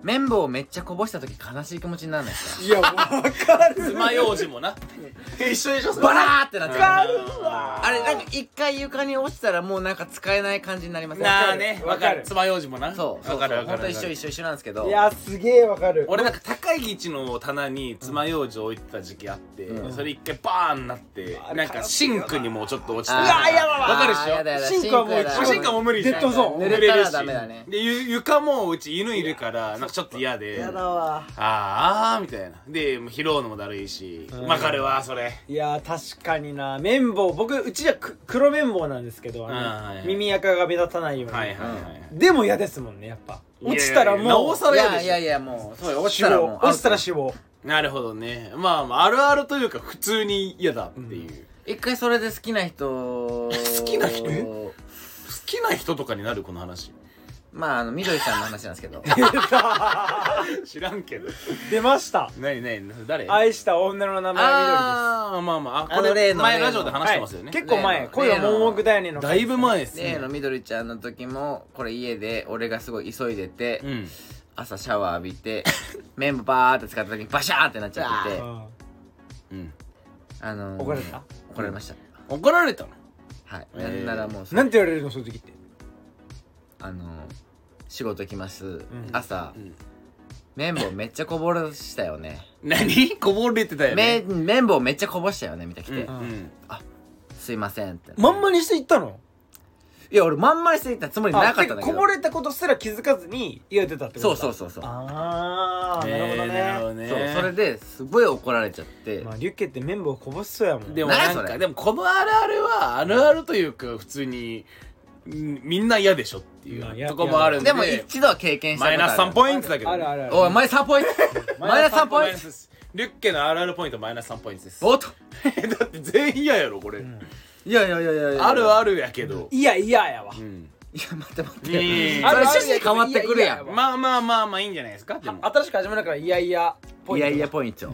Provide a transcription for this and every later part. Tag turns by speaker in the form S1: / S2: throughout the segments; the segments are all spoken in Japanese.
S1: 綿棒をめっちゃこぼした時悲しい気持ちにならないですか
S2: いやわかる
S3: 爪楊枝もな
S2: 一緒でしょそれ
S1: バラーってなっちゃう
S2: るわ
S1: あれなんか一回床に落ちたらもうなんか使えない感じになります
S3: なあねわ
S2: わ
S3: か
S2: か
S3: る
S2: る
S3: 爪楊枝もな
S1: そうそう
S3: わかるわか
S1: 本
S3: る
S1: 当
S3: わ
S1: 一
S3: か
S1: 緒
S3: る
S1: 一緒一緒なんですけど
S2: いやすげえわかる
S3: 俺なんか高い位置の棚に爪楊枝置いてた時期あって、
S1: うん
S3: それ一回バーンなって
S2: あれ
S3: なんかシンクにもちょっと落ち
S1: あ
S3: た
S1: ー
S2: うわやだわ
S3: わかるっしょ
S1: あーやだやだ
S2: シンクはもう
S1: シンクや
S3: 写
S1: だ
S3: 真館も無理じゃ
S2: デ
S3: ん
S2: ッドゾーン
S3: 濡
S1: 濡
S3: れ
S1: れ
S3: るした
S1: らダメだね
S3: でゆ床もうち犬いるからなんかちょっと嫌で
S2: やだ
S3: あ
S2: わ
S3: あーみたいなでもう拾うのもだるいし
S2: うん
S3: わかるわそれ
S2: いやー確かにな綿棒僕うちはく黒綿棒なんですけどあの
S3: あーはい
S2: 耳垢が目立たないように、
S3: はいはいはい
S2: でも嫌ですもんねやっぱ落ちたらもう
S3: いやいやなおさら
S1: い
S3: 嫌で
S1: や
S3: しょ
S1: いやいやもうそうよ落ち
S2: 死
S1: たら
S2: 亡
S1: もう
S2: 落ちたら死亡
S3: なるほどねまあまああるあるというか普通に嫌だっていう、好
S1: 一回それで好きな人好
S3: きな人きな人とかになるこの話
S1: まああのみどりさんの話なんですけど
S3: 知らんけど
S2: 出ました
S3: 何何誰
S2: 愛した女の名前は
S3: ああまあまああ
S1: あ
S3: こ
S1: の
S3: れ
S1: 例の
S3: 前
S1: 例の
S3: ラジオで
S2: 緑です
S3: 話してますよね、
S2: はい結構前
S1: 例の
S2: 恋は盲目だよねの
S3: だいぶ前ですね
S1: 例のみどりちゃんの時もこれ家で俺がすごい急いでて、
S3: うん
S1: 朝シャワー浴びて 綿棒バーって使った時にバシャーってなっちゃって
S2: う
S1: て
S2: ん
S3: うん
S1: あのー
S2: 怒られた
S1: 怒られました
S3: 怒られたの
S1: はい、
S3: えー
S1: なんならもうそ
S2: なんて言われるのそういう時って
S1: あのー仕事来ます、
S2: ん
S1: 朝、
S3: うん
S1: 綿棒めっちゃこぼしたよね
S3: 何こぼれてたよ
S1: め
S3: ね
S1: 綿棒めっちゃこぼしたよねみたいな来
S3: うん
S1: て、
S3: うん
S1: すいませんって
S2: まんまにして言ったの
S1: いや俺まんまりしていったつもりなかったんだ
S2: あ
S1: け
S2: こ
S1: ど
S2: ぼれたことすら気づかずに言われてたってこと
S1: そう
S2: だ
S1: そうそうそう
S2: ああなるほど
S3: えーなるほ
S2: ね
S3: どね
S1: そうそれですごい怒られちゃって、
S2: まあリュッケって綿棒こぼしそうやもん
S3: でも
S1: 何
S3: なん
S1: そ
S3: か
S1: れ
S3: でもこのあるあるはあるあるというか普通にうんみんな嫌でしょってい
S2: まあ
S3: う
S2: 嫌
S3: とこもあるんで
S1: でも一度は経験したこ
S3: マ
S1: とあ
S3: イ
S1: る
S3: ナス3ポイントだけど
S2: あるあるある
S1: おいマイナス3ポイントマイナス3ポイント
S3: ですリュッケのあるあるポイントマイナス3ポイントですだ
S1: おっと
S3: って全員嫌やろこれ
S2: ん
S1: いやいやいやいやいや
S3: あるあ
S1: る
S3: るやけど
S2: いやいややわ
S3: うん
S1: いや待って待って、
S3: いい
S1: それ趣旨変わってくるやん
S2: いやいやいや
S3: まあまあまあまあいいんじゃないですかでも
S2: 新しく始めたからいやいやポイ
S1: い
S2: ント
S1: やいやポイント、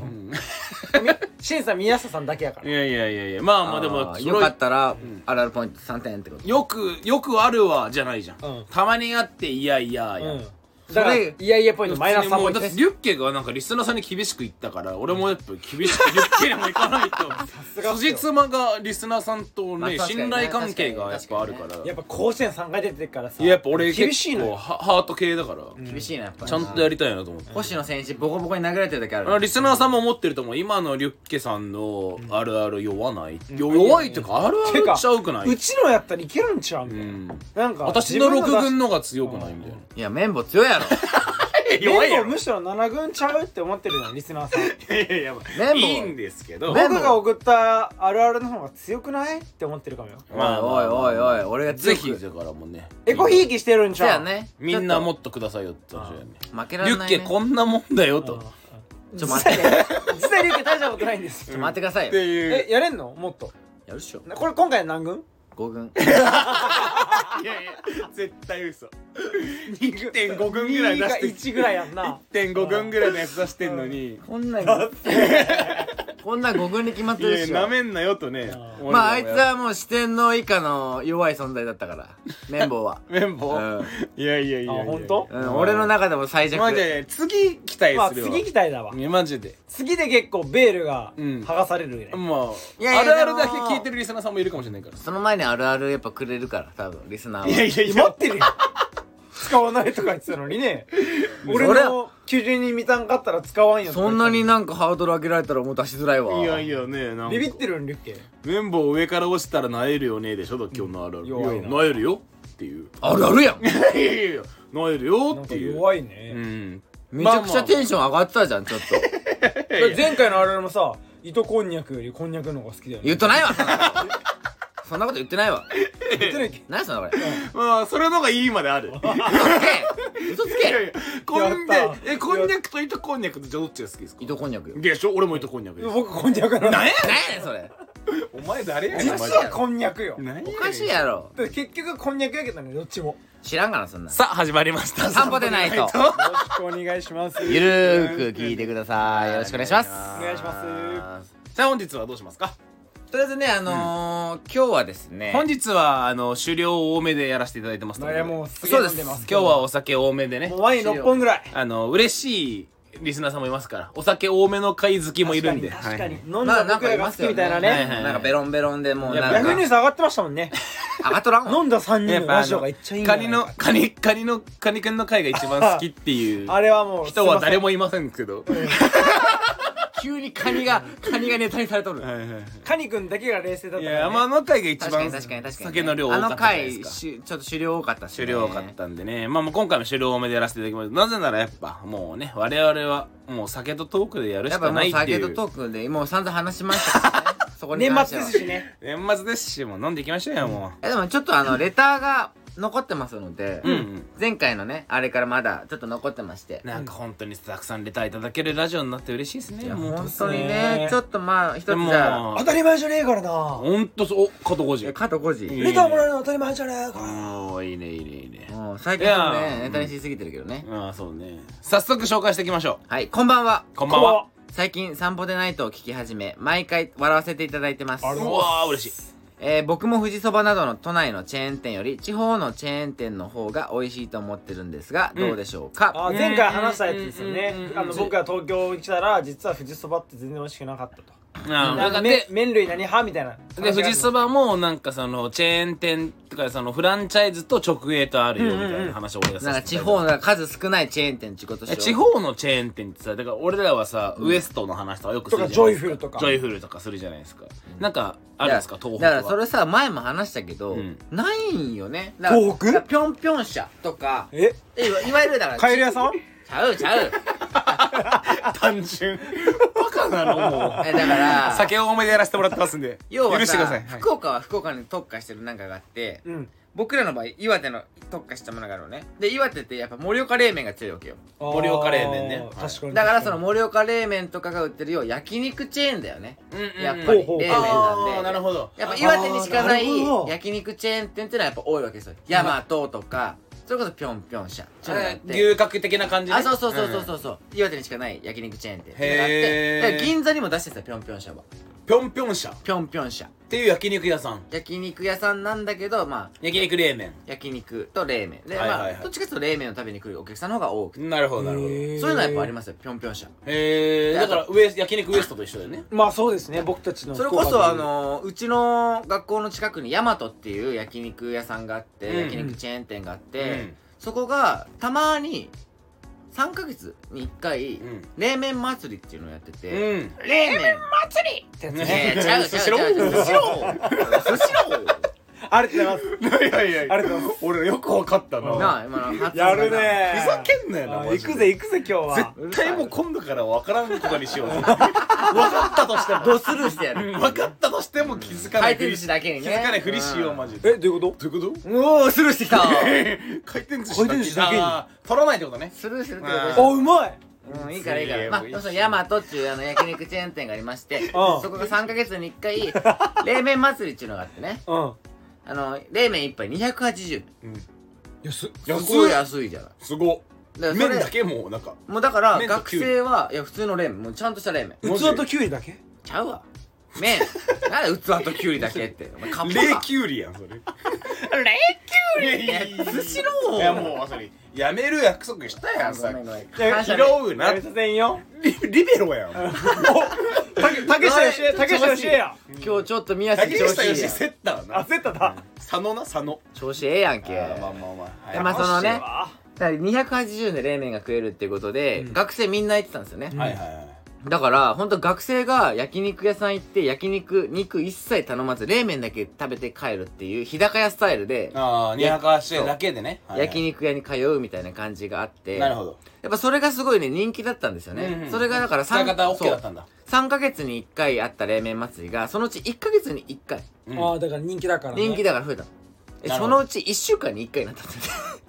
S2: シンさん宮下さんだけやか
S3: い
S2: ら
S3: やいやいやいやまあまあでも
S1: あー
S3: それ
S1: よかったら、あるあるポイント3点ってこと
S3: よくよくあるわじゃないじゃん、
S2: うん
S3: たまにあっていやいやや、
S2: だから
S1: そ
S2: い
S1: れ
S2: やいやポイントマイナス3
S3: も
S2: ポイ
S3: う
S2: ント
S3: だって
S2: です
S3: リュッケがなんかリスナーさんに厳しく言ったから俺もやっぱ厳しくリュッケにも行か ないと
S2: すがっすよ
S3: 辻妻がリスナーさんとね,、
S1: まあ確かにね
S3: 信頼関係がやっぱあるから
S2: やっぱ甲子園3回出てるからさ
S3: いややっぱ俺
S2: 厳しい
S3: 結
S2: の
S3: 構
S2: よ
S3: ハハート系だから、
S1: 厳しいなやっぱり
S3: ちゃんとやりたいなと思って、
S1: 星野選手ボコボコに殴られてる時あ
S3: あの
S1: る
S3: リスナーさんも思ってると思う今のリュッケさんのあるある弱ない、弱いっていうかあるあ
S2: て
S3: る
S2: か
S3: っちゃうくないう
S2: ちのやったらいけるんちゃうみたい
S3: うん
S2: ななんか
S3: 私の
S2: 自分
S3: 6
S2: 出し
S3: 軍のが強くないみたいない
S1: や綿棒強いやろ
S3: 弱いや
S2: 綿
S3: ろ
S2: 棒むしろ7軍ちゃうって思ってるのリスナーさん
S3: いやいやまあ
S1: 綿棒
S3: いいんですけど
S1: 綿
S2: 僕が送ったあるあるの方が強くないって思ってるかもよ
S3: まあま
S1: おい
S3: あまあ
S1: おいおいおい俺が
S3: ぜ
S1: 強く
S3: ひだからもうね
S2: エコひいきしてるんち
S1: そう
S2: ゃ
S1: や
S2: う
S1: ね
S3: みんなも
S1: ち
S3: っとくださいよって話だよね
S1: ょっと負け
S3: リ
S1: られ
S3: ュ
S1: な
S3: ッ
S1: いね
S3: ケこんなもんだよ
S2: うん
S1: ち
S3: と
S1: ょっと待ってちょ
S2: 実際リュッケ大したことないんで す
S1: っと待ってください
S3: っ
S1: よ
S3: ていう
S2: えやれんのもっと
S1: やるっしょ
S2: これ今回何軍
S1: 5軍
S3: いやいや絶対嘘1.5軍ぐらい出して
S2: 1ぐらいやんな
S3: 1.5軍ぐらいのやつ出してんのに
S1: こんなんこんなん5軍に決まっ
S3: い
S1: てる
S3: や
S1: っし
S3: な
S1: ょ
S3: めんなよとね俺
S1: まああ
S3: ら
S1: いつ
S3: もや
S1: はもう四天王以下の弱い存在だった から綿棒は
S3: 綿棒
S1: うん
S3: いやいやいやいや
S2: あ本当
S1: うん俺の中でも最弱
S3: マジで次期待
S2: まあ
S3: するわ
S2: 次期待だわ
S3: いやマジで
S2: 次で結構ベールが
S3: うん
S2: 剥がされるね
S3: まあ
S1: いやいや
S3: あるある
S1: で
S3: だけ
S1: も
S3: 聞いてるリスナーさんもいるかもしれないから
S1: その前にあるあるやっぱくれるから多分リスナーはい
S3: やいやいや
S2: 待ってるよ使わないとか言ってたのにね俺
S1: そりゃ
S2: の90人満たんかったら使わんよとか
S1: そ
S2: 言って
S1: ん
S2: たの
S1: な
S2: に
S1: になんかハードル上げられたらもう出しづらいわ
S3: いやいやねなんか
S2: ビビってるんリュッケ
S3: 綿棒上から落ちたらなえるよねでしょだって今日のあるある
S2: 弱いな
S3: なえるよっていう
S1: あるあるやん
S3: いやいやいやなえるよ
S2: なん
S3: っ
S2: か
S3: ていう
S2: 弱いうね
S3: ん
S1: めちゃくちゃテン
S3: シ
S1: ション上がってたじゃんちょっと
S2: だから前回のあれもさ糸こんにゃくよりこんにゃくの方が好きだよね
S1: 言っとないわそ んなことそんなこと言ってないわ
S2: 言ってないっけ
S1: 何そんなこれ
S3: ョンまあそれの方がいいまで ある
S1: 嘘つけ嘘つ
S3: いや
S1: け
S3: いやこん
S2: やっ
S3: で
S2: た
S3: えこんにゃくと糸こんにゃくとじゃあどっちが好きですか
S1: 糸こんにゃくよ
S3: でしょ俺も糸こんにゃくです
S2: 僕こんにゃくなの
S3: 何や
S1: 何やねんそれ
S3: お前誰やねんマジ
S2: 実
S3: で
S2: はこんにゃくよ
S3: 何やねん
S1: おかしいやろ
S2: で結局こんにゃくやけどねどっちも
S1: 知らんがなそんな
S3: さあ始まりました
S1: 散歩でないと
S3: 散歩で
S2: よろしくお願いします
S1: ゆるーく聞いてくださいよろしくお願いします
S2: お願いします
S3: さあ本日はどうしますか
S1: とりあえずねあのー今日はですね
S3: 本日はあの酒量多めでやらせていただいてますの
S2: い
S3: で
S2: やもうすげえ飲んでますけ
S3: 今
S2: ど
S3: 日はお酒多めでね
S2: もうワイン6本ぐらい
S3: あの嬉しいリスナーさんもいますからお酒多めの回好きもいるんで
S2: 確かに
S3: はい
S2: 飲ん
S1: ま
S2: だ
S1: あなん
S2: 僕
S1: からい
S2: が
S1: ま
S2: 好
S1: す
S2: き
S1: よ
S2: み
S1: ね
S2: たいな
S3: はいはい
S2: ね
S3: はい
S1: なんかベロンベロンでもう
S3: いや
S1: な
S2: ヤ
S1: ん
S2: フーニュ
S1: か
S2: ース上がってましたもんね
S1: 上がっとらんわ
S2: 飲んだ3人
S3: やっ
S2: の
S3: ぱ
S2: ラ
S3: あ
S2: ジオ
S3: の
S2: がいっちゃいいんじゃ
S3: カ
S2: ない
S3: ニ
S2: か
S3: のカニカニのカニくんの回が一番好きっていう
S2: あれはもう
S3: 人は誰もいませんけど
S1: 急にカニがカニがネタにされとる
S3: はいはいはい
S2: カニ君だけが冷静だっ
S3: い
S2: たか
S3: や
S2: ら、
S3: まああ
S2: ね、
S3: の回が一
S1: 確か
S3: 番
S1: に確かに確かに
S3: 酒の量多
S1: あ
S3: か
S1: の
S3: ったじゃないです
S1: 回
S3: か
S1: しちょっと狩猟多かったし
S3: 酒量多かったんでねまあもう今回も酒量多めでやらせていただきますなぜならやっぱもうね我々はもう酒とトークでやるし
S1: やっぱ
S3: か
S1: も
S3: ないうってい
S1: 酒
S3: う
S1: とトークでもう散々話しましたから ねそこに
S2: 年
S1: 関して
S2: 末
S1: は
S2: ですしね
S3: 年末ですしもう飲んでいきましょうよも
S1: えでもちょっとあのレターが残ってますので、
S3: ううん
S1: 前回のねあれからまだちょっと残ってまして
S3: なんか本当にたくさんレターいただけるラジオになって嬉しいですねもう
S1: 本当にね
S2: ね
S1: ちょっとまあ一つじ
S3: でも
S1: ゃあ
S2: 当たり前じゃねえからな
S3: 本当そうお加藤浩
S1: え
S3: 次
S1: 加藤浩次
S3: い
S2: レターもらえるの当たり前じゃねえから
S3: おーいいねいいねいいね
S1: もう最近はい
S3: やー
S1: ねネタにしすぎてるけどね、
S3: ああそうね早速紹介していきましょ
S1: はいこんばんは
S3: うこんばんは
S1: 最近散歩でないとを聞き始め毎回笑わせていただいてます
S2: あ
S3: う
S2: れ
S3: わー嬉しい
S1: えー僕も富士そばなどの都内のチェーン店より地方のチェーン店の方が美味しいと思ってるんですが、どうでしょうか
S2: あ前回話したやつですよね
S3: うんうんうんうん
S2: あの僕が東京に来たら実は富士そばって全然美味しくなかったと
S3: あ
S2: なんかめ麺類何派みたいな
S3: で富士そばもなんかそのチェーン店とかそのフランチャイズと直営とあるよみたいな話を俺
S1: な
S3: がさ
S1: ん
S3: せ
S1: か
S3: て
S1: 地
S3: いただいた
S1: 方の数少ないチェーン店ってことしよ
S3: え
S1: う
S3: 地方のチェーン店ってさだから俺らはさ、ウエストの話とかよくす
S2: と
S3: る
S2: か
S3: じ
S2: ジ
S3: ゃな
S2: ョ
S3: い
S2: イ
S3: ですか
S2: フルとか
S3: ジョイフルとかするじゃないですか、なんかあ
S1: あ
S3: るんですか東北
S1: だ
S3: は
S1: からそれさ前も話したけど、
S3: うん
S1: ないんよねだから
S2: 東北
S1: だからぴょんぴょん社とか
S2: え
S1: えいわいわゆるだから
S2: カエル屋さん
S1: ちゃうちゃう
S3: 単純バカなのもう
S1: えだから
S3: 酒を多めでやらせてもらってますんで
S1: 要は
S3: 許してくださ
S1: さ
S3: い、はい
S1: 福岡は福岡に特化してるなんかがあって、
S2: うん
S1: 僕らの場合岩手の特化したものがあるのねで岩手ってやっぱ盛岡冷麺が強いわけよ
S3: 盛岡冷麺ね
S2: あー確かに
S1: だからその盛岡冷麺とかが売ってるよう焼肉チェーンだよね
S3: うんうんうん
S1: やっぱり冷
S2: ほうほう
S1: 麺なん
S3: あ
S1: で
S3: あなるほど
S1: やっぱ岩手にしかな
S2: あ
S1: い
S2: ーなるほど
S1: 焼肉チェーン店ってのはやっぱ多いわけですよヤマトとかそれこそぴょんぴょん社っていうのがあって
S3: 牛角的な感じね
S1: あそうそうそうそうそうそう、岩手にしかない焼肉チェーン店っていうのがあっ
S3: へー
S1: てだから銀座にも出してたぴょんぴょん社は
S3: ぴょんぴょん社っ
S1: ぴょんぴょん社
S3: ていう焼肉屋さん
S1: 焼肉屋さんなんだけどまあ
S3: 焼肉冷麺
S1: 焼肉と冷麺で、
S3: はいはいはい
S1: まあどっちかというと冷麺を食べに来るお客さんの方が多くて
S3: なるほどなるほど
S2: へ
S3: へ
S2: ー
S1: そういうのはやっぱありますよぴょんぴょん社
S3: えだからウエス焼肉ウエストと一緒だよね
S2: まあそうですね僕たちの
S1: それ
S2: 福
S1: こ
S2: 岡でいう
S1: そあのうちの学校の近くにヤマトっていう焼肉屋さんがあって、
S3: うん
S1: 焼肉チェーン店があって、
S3: うん
S1: そこがたまに3ヶ月に1回、
S3: うん
S1: 冷麺祭りっていうのをやって
S3: う
S1: て、
S3: ん
S1: 冷麺
S2: ってやつね
S1: ねえ、ちゃうちゃうちゃう。
S3: スシ
S1: ロースシロ
S2: ありがとうござい
S3: いやいやい
S2: ますありがとうございます
S3: 俺らよくわかった
S1: ーなあ、今の初
S2: やるね
S3: ふざけんなよな
S2: あー
S3: マジ
S2: 行
S3: で
S2: くぜ行くぜ今日は
S3: 絶対もう今度から分からんことにし よう分かったとしても
S1: ドスルーしてやる。
S3: 分かったとしても気づかな
S1: 回
S3: いふ
S1: 転
S3: り
S1: 寿司だけに
S3: 気
S1: ね。
S3: づかないふりしようマジで
S2: えどういうこと
S3: どういうこと
S1: うん。おー、スルーしてきた
S3: 回転寿司
S2: 回転寿司だけに
S3: あー取らないってことね
S1: スルーするって
S3: あ
S1: こ
S2: あうまい
S1: とうん、いいからいいか
S3: すげえ
S1: ら。まあ、
S3: 美味しい
S1: そうそう、ヤマトっていうあの焼肉チェーン店がありまして、
S2: ああ
S1: そこが3ヶ月に1回、冷麺祭りっていうのがあってね。
S2: うん
S1: あの、冷麺1杯280。
S2: 安っ
S1: すごい安いじゃない。
S3: すご
S1: だからそれ
S3: 麺だけもうなんか
S1: もうだから、
S3: 麺と
S1: 学
S3: キュウリ
S1: 生は、いや、普通の冷麺、もうちゃんとした冷麺。
S3: マ
S2: 器
S3: ジ
S2: とキュウリだけ
S1: ちゃうわ。麺。 なんで器とキュウリだけって。お前、カッパ
S3: 霊
S1: か。
S3: キュウリやんそれ
S1: いや寿司ロー
S3: いやもうそれやめる約束したやんさ
S1: ごめんごめん
S3: いや
S1: 感謝
S3: 拾
S1: ね
S3: うな
S2: やめさせんよ
S3: リリベロやん
S2: たけ竹下よしえ
S1: おい
S2: 竹下よしえや
S1: 今日ちょっと宮下
S3: 竹
S1: 調子
S3: 下
S1: い
S3: よ
S1: いや
S3: し
S1: ん
S3: セッターな
S2: 焦っただ
S3: 佐野な佐野
S1: 調子ええやん
S3: あ
S1: け
S3: ーまあまあまあはい
S1: まあそのね
S2: うわ
S1: だから280円で冷麺が食えるっていうことで、
S2: うん
S1: 学生みんな行ってたんですよね、
S3: はいはいはい
S1: だから本当学生が焼肉屋さん行って焼肉肉一切頼まず冷麺だけ食べて帰るっていう日高屋スタイルで
S3: ああ280円だけでね
S1: 焼肉
S3: 肉
S1: 屋に通うみたいな感じがあって
S3: なるほど
S1: やっぱそれがすごいね人気だったんですよね、
S3: うんうん
S1: それがだから
S3: 使い方は OK だっ
S1: 3
S3: たんだ
S1: ヶ月に1回あった冷麺祭りがそのうち1ヶ月に1回
S3: うん
S2: ああだから人気だからね
S1: 人気だから増えたの、え
S3: なる
S1: そ
S3: ほど
S1: のうち1週間に1回になったんです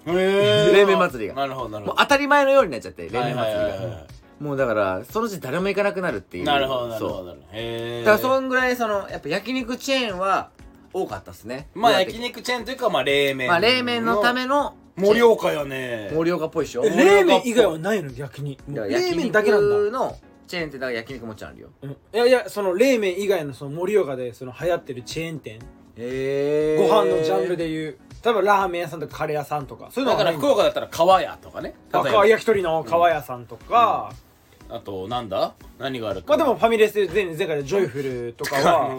S1: よ
S3: へー
S1: 冷麺祭りが
S3: なるほどなる
S1: もう
S3: ほど
S1: 当たり前のようになっちゃって冷
S3: は
S1: 麺祭
S3: い
S1: りが、
S3: はいはいは
S1: もうだからそのうち誰も行かなくなるってい
S3: いうなるほどなる
S1: そう
S3: ほどへえ
S1: だからそんぐらいそのやっぱ焼肉チェーンは多かったですね
S3: まあ
S1: 岩手
S3: 焼肉チェーンというかまあ冷麺
S1: まあ冷麺のための
S3: 盛岡やね
S1: 盛岡っぽいでしょ
S2: え冷麺以外はないの逆にもう
S1: だから
S2: 冷麺だけなんだ
S1: 焼肉のチェーン店だから焼肉もちろんあるよ
S2: うんいやいやその冷麺以外のその盛岡でその流行ってるチェーン店
S1: へ
S2: ご飯のジャンルでいう例えばラーメン屋さんとかカレー屋さんとかそういう
S3: だ
S2: の
S3: か
S2: はな
S3: ら
S2: い
S3: 福岡だったら川屋とかね例
S2: あ
S3: えば
S2: か焼き鳥の川屋さんとか、
S3: あとなんだ何があるか
S2: まあでもファミレスで前前回のジョイフルとかは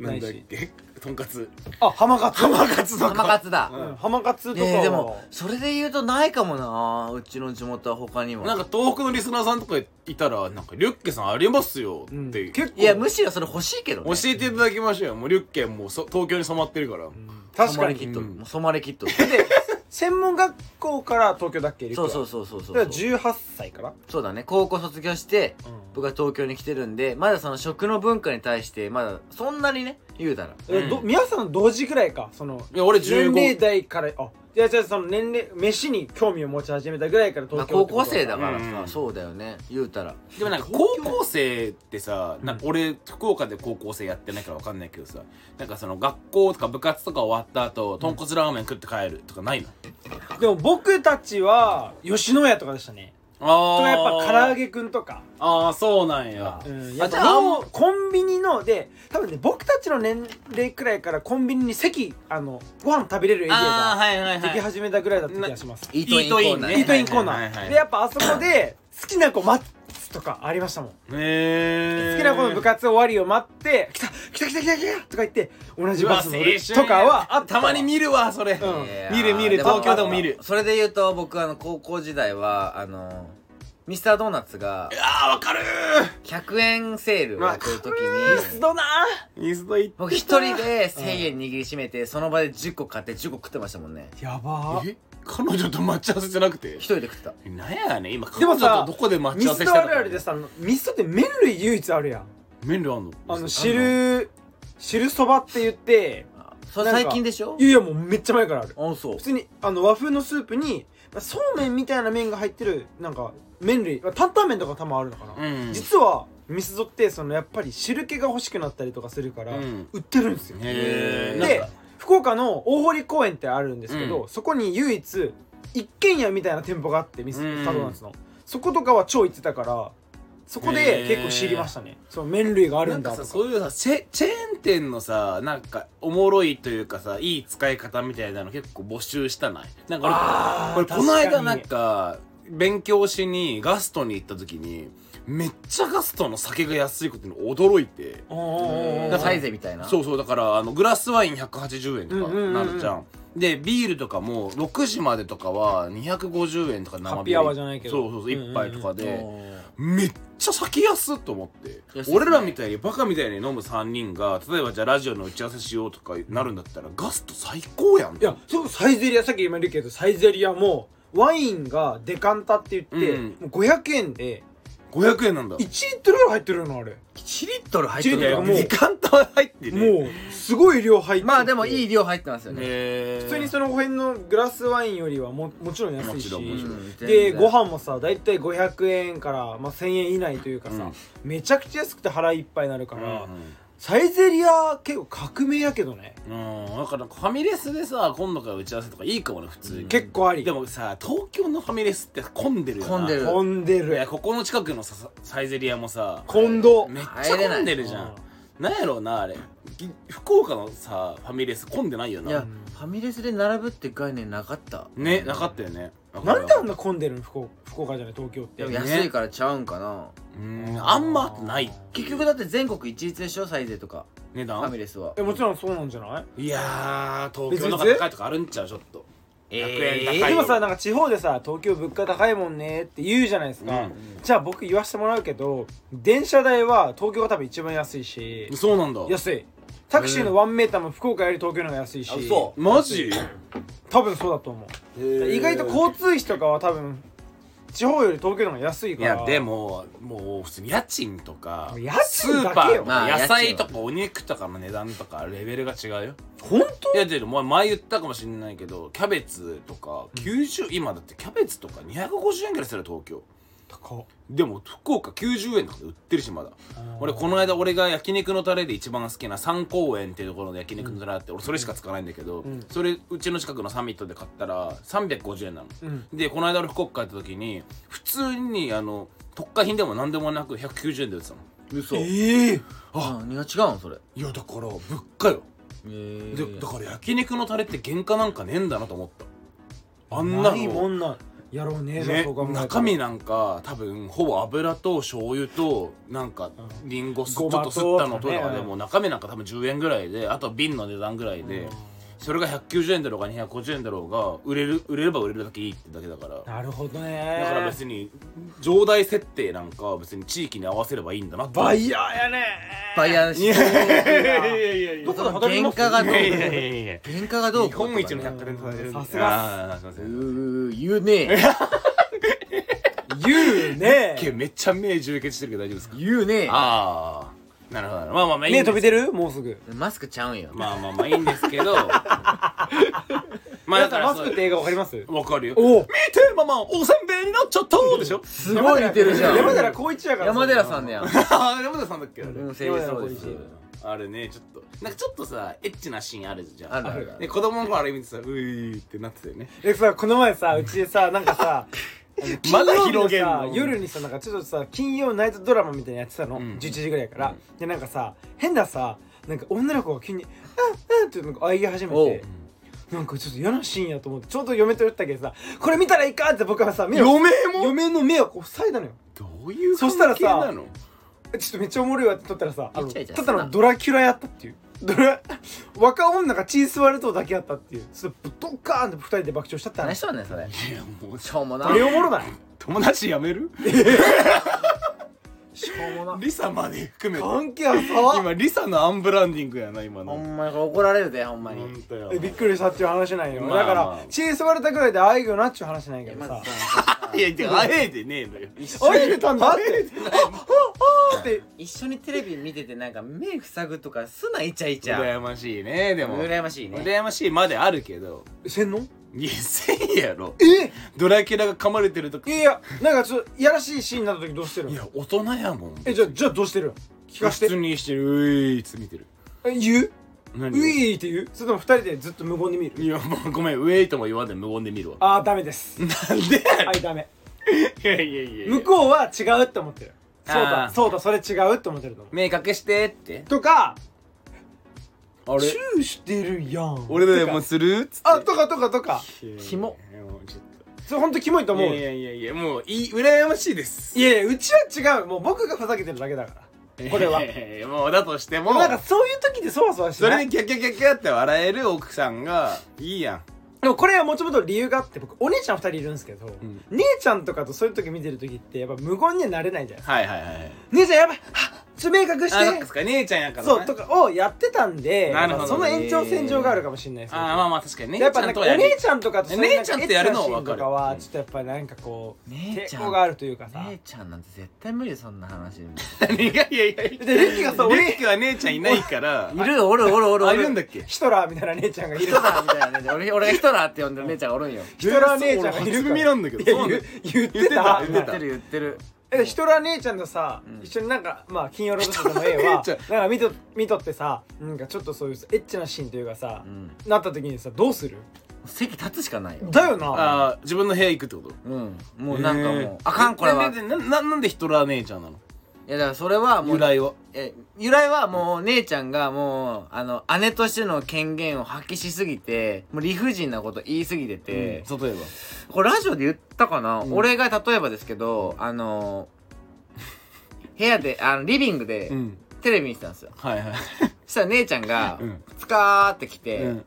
S3: な
S2: なんい
S3: だっ
S2: し
S3: けとんかつ
S2: あ浜カツ浜カツ
S1: 浜カツだ、
S2: うん浜カツとかは、
S1: ねえでもそれで言うとないかもなうちの地元は他にも
S3: なんか東北のリスナーさんとかいたらなんかリュッケさんありますよ
S2: うん
S3: って、
S2: 結構
S1: いやむしろそれ欲しいけど、ね、
S3: 教えていただきましょうよもうリュッケもうそ東京に染まってるから、
S2: 確
S1: 染ま
S2: か
S1: りきっ
S2: に
S1: と
S3: うん
S1: もう染まりきっと
S2: で専門学校から東京だっけ
S1: そうそううそうそうそ
S2: だから
S1: う
S2: 18歳から
S1: そうだね高校卒業して
S2: うん
S1: 僕は東京に来てるんでまだその食の文化に対してまだそんなにね言うたら
S2: えど皆さん同時ぐらいかその
S3: いや俺
S2: 年齢
S3: 15
S2: 代からあいやじゃあその年齢飯に興味を持ち始めたぐらいから
S1: まあ
S2: 東京
S1: 高
S2: ってこと
S1: 校
S2: は
S1: 生だからさ、
S3: うん
S1: そうだよね言うたら
S3: でもなんか高校生ってさなんか俺福岡で高校生やってないからわかんないけどさなんかその学校とか部活とか終わった後豚骨ラーメン食って帰るとかないの、
S2: でも僕たちは吉野家とかでしたね
S3: あ
S2: と
S3: あ
S2: かやっぱ唐揚げくんとか
S3: ああそうなんや、
S2: うんやっぱ
S1: あと
S2: もうコンビニので多分ね僕たちの年齢くらいからコンビニに席あのご飯食べれるエリア
S3: ああ
S2: が
S3: はいはい
S2: でき
S3: はい
S2: 始めたぐらいだった気がします
S1: イートインコーナー、ね、
S3: イ
S2: イートインコーナ
S3: はいはいはいは
S2: ー
S3: い
S2: でやっぱあそこで好きな子待つとかありましたもん
S3: へえ
S2: 好きな子の部活終わりを待って「来た来た来た来た来た」とか言って同じバス乗るとかはあった
S3: たまに見るわそれ、
S2: うん
S1: いやー
S3: 見る見る
S1: でも
S3: 東京でも見る
S1: それで言うと僕あの高校時代はあのミスタードーナツが
S3: あーわかる
S1: 100円セールをやってる時に
S2: ミスドな
S3: ーインスタ行っ
S1: 僕一人で1000円握りしめてその場で10個買って10個食ってましたもんね
S2: やば
S3: え彼女と待ち合わせじゃなくて
S1: 一人で食ってた
S3: なんやねん今彼
S2: でも
S3: 女
S2: さ
S3: とどこで待
S2: ミ
S3: ち合わ
S2: ス
S3: せし
S2: ド
S3: た
S2: あ
S3: の
S2: るあるでさミスドって麺類唯一あるやん
S3: 麺類あんの
S2: あの
S3: あん
S2: 汁汁そばって言って
S1: あそれ
S2: なんか
S1: 最近でしょ
S2: いやいやもうめっちゃ前からある
S1: あそう
S2: 普通にあの和風のスープにまあそうめんみたいな麺が入ってるなんか麺類まあ担々麺とか多分あるのかな、
S3: のうん
S2: 実はミスドってそのやっぱり汁気が欲しくなったりとかするから
S3: うん
S2: 売ってるんですよ、
S3: へえ
S2: で福岡の大堀公園ってあるんですけど、
S3: うん
S2: そこに唯一一軒家みたいな店舗があってミス
S3: うん
S2: タドーナツの、そことかは超行ってたからそこ
S3: へ
S2: で
S3: ー
S2: 結構知りましたねその麺類がある
S3: なんん
S2: だ
S3: か
S2: とか
S3: さそういうさチェチェーン店のさなんかおもろいというかさいい使い方みたいなの結構募集したないなんか
S2: あー
S3: 俺これこの
S2: 確か
S3: 間
S2: に
S3: なんか勉強しにガストに行った時にめっちゃガストの酒が安いことに驚いて
S2: おーおーおー
S1: なんかサイゼみたいな
S3: そうそうだからあのグラスワイン180円とか
S2: うんうんうんうん
S3: なるじゃん,、でビールとかも6時までとかは250円とか生ビール
S2: ハッピーアワーじゃないけど
S3: そうそうそう1杯とかで、
S1: おー
S3: めっちゃ酒安っと思って、
S1: 安いね
S3: 俺らみたいにバカみたいに飲む3人が例えばじゃあラジオの打ち合わせしようとかなるんだったらガスト最高やん
S2: いやそうサイゼリアさっき今言ったけどサイゼリアもワインがデカンタって言って、
S3: うん
S2: もう500円で
S3: 500円なんだ
S2: 1リットルぐらい入ってるのあれ
S1: 1リットル入って
S2: 1
S1: る
S2: リッ
S1: よ
S2: トル
S3: 時間と入ってね
S2: もうすごい量入ってて
S1: まあでもいい量入ってますよね
S3: へー
S2: 普通にその辺のグラスワインよりはももちろん安いし
S3: もちろんもちろん
S2: でご
S1: 飯
S2: 飯もさ大体500円から、まあ、1000円以内というかさ、めちゃくちゃ安くて腹いっぱいになるから、サイゼリア結構革命やけどね、
S3: うん、うんうん、だからなんかファミレスでさ今度から打ち合わせとかいいかもね普通に、
S2: 結構あり
S3: でもさ東京のファミレスって混んでるよな
S1: 混んでる
S2: 混んで
S3: いや
S2: る
S3: ここの近くのさサイゼリアもさ
S2: 近藤
S3: めっちゃ混んでるじゃんなんやろうなあれぎ福岡のさファミレス混んでないよない
S1: やファミレスで並ぶって概念なかった
S3: ねなかったよね
S2: なんであんな混んでるの福岡福岡じゃない東京って
S1: でも安いからちゃうんかな
S3: うんあんまない
S1: 結局だって全国一律でしょサイゼとか
S3: 値
S1: ファミ
S3: 段
S1: レスは
S2: えもちろんそうなんじゃない
S3: いやー東京の方が高いとかあるんちゃうちょっと100円高いよ
S2: でもさなんか地方でさ東京物価高いもんねって言うじゃないですか、
S3: うん
S2: じゃあ僕言わせてもらうけど電車代は東京が多分一番安いし
S3: そうなんだ
S2: 安いタクシーのワンメーターも福岡より東京の方が安いし、
S1: そ
S3: マジ
S2: 多分そうだと思う意外と交通費とかは多分地方より東京の方が安い
S3: い
S2: から
S3: やでももう普通に家賃とか
S2: 家
S3: ス
S2: 賃だ
S3: ー
S2: けよ
S3: パーの
S1: まあ
S3: 野菜
S1: 家賃
S3: と
S1: は
S3: かお肉とかの値段とかレベルが違うよ
S2: 本
S3: いやでもお前前言ったかもしれないけどキャベツとか90今だってキャベツとか250円ぐらいするよ東京
S2: 当高
S3: でも福岡90円とかで売ってるしまだ俺この間俺が焼肉のタレで一番好きな三公園っていうところの焼肉のタレあって俺それしか使わないんだけど、
S2: うん
S3: それうちの近くのサミットで買ったら350円なの、
S2: うん
S3: でこの間俺福岡帰った時に普通にあの特価品でも何でもなく190円で売ってたの
S1: 嘘
S2: ええ
S3: あ
S1: 何が違うんそれ
S3: いやだから物価よ
S1: え
S3: で
S1: ー
S3: だから焼肉のタレって原価なんかねえんだなと思ったあんなの
S2: ないもんなんやろうね
S3: ね
S2: そう考えたら
S3: 中身なんか多分ほぼ油と醤油となんか
S2: うん
S3: リンゴすちょ
S2: ご
S3: っと
S2: まと
S3: 吸ったのと
S2: と
S3: か
S2: かね
S3: でもう中身なんか多分10円ぐらいであとは瓶の値段ぐらいで
S2: うん
S3: それが190円だろうが250円だろうが売れる売れれば売れるだけいいってだけだから
S2: なるほど
S3: だから
S2: ね
S3: 別に上代設定なんかは別に地域に合わせればいいんだなって
S2: バイヤーやね
S1: バイヤーして
S2: いやいやいやいやどこで働きます
S1: 原価がどう
S3: いやいやいやいや
S1: 原価がどう
S3: 日
S1: こう
S3: 本一
S1: と
S3: の
S1: かね
S3: 百貨店とされる
S2: さすが
S3: あーすいませ
S1: うんー言うね
S2: 言うね
S3: けめっちゃ目充血してるけど大丈夫ですか
S1: 言うね
S3: ああなるほどなるほどまあまあまあいい
S2: 目
S3: んで
S2: 飛
S3: す
S2: び出るもうすぐ
S1: マスクちゃうんよ
S3: まあまあまあいいんですけどまあ
S2: 皆さ
S3: だか
S2: ん
S3: ら
S2: マ
S3: そ
S2: ス
S3: う
S2: クって映画わかります
S3: わかるよ見
S2: おお
S3: てママおせんべいになっちゃったでしょ
S1: すごい似てるじゃん
S2: 山寺光一やから
S1: 山寺さんだよ
S3: あー山田さんだっけあれ
S1: うん正義そうです
S2: 山寺
S3: あれねちょっとなんかちょっとさエッチなシーンあるじゃん
S1: あるある
S3: で子供の頃あれ見てさうーってなってたよね
S2: でさこの前さうちでさなんかさ
S3: まだ
S2: 金曜日のさ
S3: 広げんの
S2: 夜にさなんかちょっとさ金曜ナイトドラマみたいなのやってたの、
S3: うん
S2: 11時ぐらいから、でなんかさ変なさなんか女の子が急に「うんうん」ってなんかあい始め
S1: おう
S2: てなんかちょっと嫌なシーンやと思ってちょうど嫁と言ったけどさ「これ見たらいいか!」って僕はさ目を
S3: 嫁
S2: 嫁の目をこう塞いだのよ
S3: どういう
S2: そしたら
S3: 関
S2: さ
S3: 係なの
S2: ちょっとめっちゃおもろいわって撮ったらさあの
S1: イチャイチャ
S2: 撮ったの
S1: す
S2: が
S1: な
S2: ドラキュラやったっていうドラ若女が血吸われとうだけやったっていうそれドッカーンって二人で爆笑しちゃった
S1: 何
S2: ら
S1: しとんねんそれ
S3: いやもう
S1: しょうもな
S2: これおもろない
S3: 友達やめる
S2: しょうもな
S3: リサまで含めて
S2: 関係あさ
S3: 今リサのアンブランディングやな今
S1: ほ
S3: の
S1: んまにこれ怒られるでほんまに
S3: 本当よ
S2: びっくりしたっていう話なんよ
S3: まあ
S2: だか
S3: ま
S2: ら
S3: あ
S2: 血吸われたぐらいでああいうよなっちゅう話なんやけど
S1: ま
S2: さ
S1: ず
S3: いやい やあえてねえのよ
S2: あえてたんだってあって
S1: 一緒にテレビ見ててなんか目塞ぐとかすなイチャイチャ
S3: 羨ましいねでも
S1: 羨ましいね
S3: 羨ましいまであるけど
S2: せんの
S3: いやせんやろ
S2: え
S3: ドラキュラが噛まれてると
S2: い
S3: き
S2: やいやなんかちょっといやらしいシーンになった時どうしてる
S3: いや大人やもん
S2: えじゃあじゃあどうしてる聞かして
S3: 普通にしてるういっつ見てる
S2: え言う
S3: 何
S2: ウィーって言うそれとも二人でずっと無言で見る
S3: いやもうごめんウェイとも言わんで無言で見るわ
S2: ああダメです
S3: なんで
S2: はいダメ
S3: いやいやいや
S2: 向こうは違うって思ってるそう
S3: あ
S2: だ
S3: ー
S2: そうだそれ違うって思ってると思
S3: 目隠してって
S2: うとか
S3: あ
S2: チューしてるやん
S3: 俺
S2: だ
S3: でもするっつって
S2: あとかとかとか
S1: キモ
S3: いやいやもうちょっ
S2: それほんとキモいと
S3: と
S2: 思う
S3: いやいやいやもういい羨ましいです
S2: いやいやうちは違うもう僕がふざけてるだけだからこれはい
S3: やいやいやもうだとしても
S2: なんかそういう時でそわそわし
S3: そ
S2: な
S3: れ
S2: い
S3: でキャキャキャキャって笑える奥さんがいいやん
S2: でもこれはもともと理由があって僕お姉ちゃん2人いるんですけど、
S3: ん
S2: 姉ちゃんとかとそういう時見てる時ってやっぱ無言にはなれないじゃないですか
S3: はいはいはい
S2: 姉ちゃんやばいはっちょっと明確
S3: あそっ
S2: し
S3: かそってか姉ちゃんやから
S2: そうと
S3: と
S2: かをやってたんで
S3: なるほどね
S2: その延長線上があるかもしれないです
S3: あーまあまあ確かに姉ち
S2: や
S3: ゃ
S2: っぱなんか
S3: んと
S2: お
S3: はやり
S2: 姉ちゃんとかとそういう
S3: 姉ちゃんとやるのはわかる
S2: エッチなシーンとかはちょっとやっぱりなんかこう
S1: 姉ちゃ
S2: 抵
S1: ん
S2: 抗があるというかさ
S1: 姉ちゃんなんて絶対無理そんな話でも
S3: いやいやいやいや
S2: でレッキがさ俺
S3: レッキは姉ちゃんいないから
S1: いるおるおるおるお
S3: あ
S1: る
S3: いるんだっけ
S2: ヒトラーみたいな姉ちゃんがい
S1: ヒ
S2: る
S1: トラーみたいなね俺俺がヒトラーって呼んでる姉ちゃんがおるんよ
S2: ヒトラー姉ちゃんがい
S3: 初
S2: るから
S3: 耳なんだけど
S2: いや
S3: そうなんだ
S2: 言う言ってた
S3: 言って
S1: 言
S3: た
S1: ってる言ってる
S2: えヒトラー姉ちゃんとさ、
S1: うん
S2: 一緒になんかまあ金曜ロードショーでもええわ
S3: ヒトラー
S2: なん
S3: 姉
S2: か見と見とってさなんかちょっとそういうエッチなシーンというかさ
S1: う、ん
S2: なった時にさどうする
S1: 席立つしかないよ
S2: だよな
S3: あー自分の部屋行くってこと
S1: うんもうなんかも
S3: へ
S1: う
S3: ー
S1: あかんこれは
S3: ななななんでヒトラー姉ちゃんなの
S1: いやだからそれはも
S3: 由
S1: う
S3: 来は
S1: え由来はもう姉ちゃんがもうあの姉としての権限を発揮しすぎてもう理不尽なこと言いすぎて
S3: 例
S1: て
S3: え、ば
S1: これラジオで言ったかな、
S3: うん
S1: 俺が例えばですけどあの部屋であのリビングで
S3: ん
S1: テレビ見てたんですよ、
S3: はいはい
S1: そしたら姉ちゃんが
S3: うん
S1: つかーって来て「
S3: うん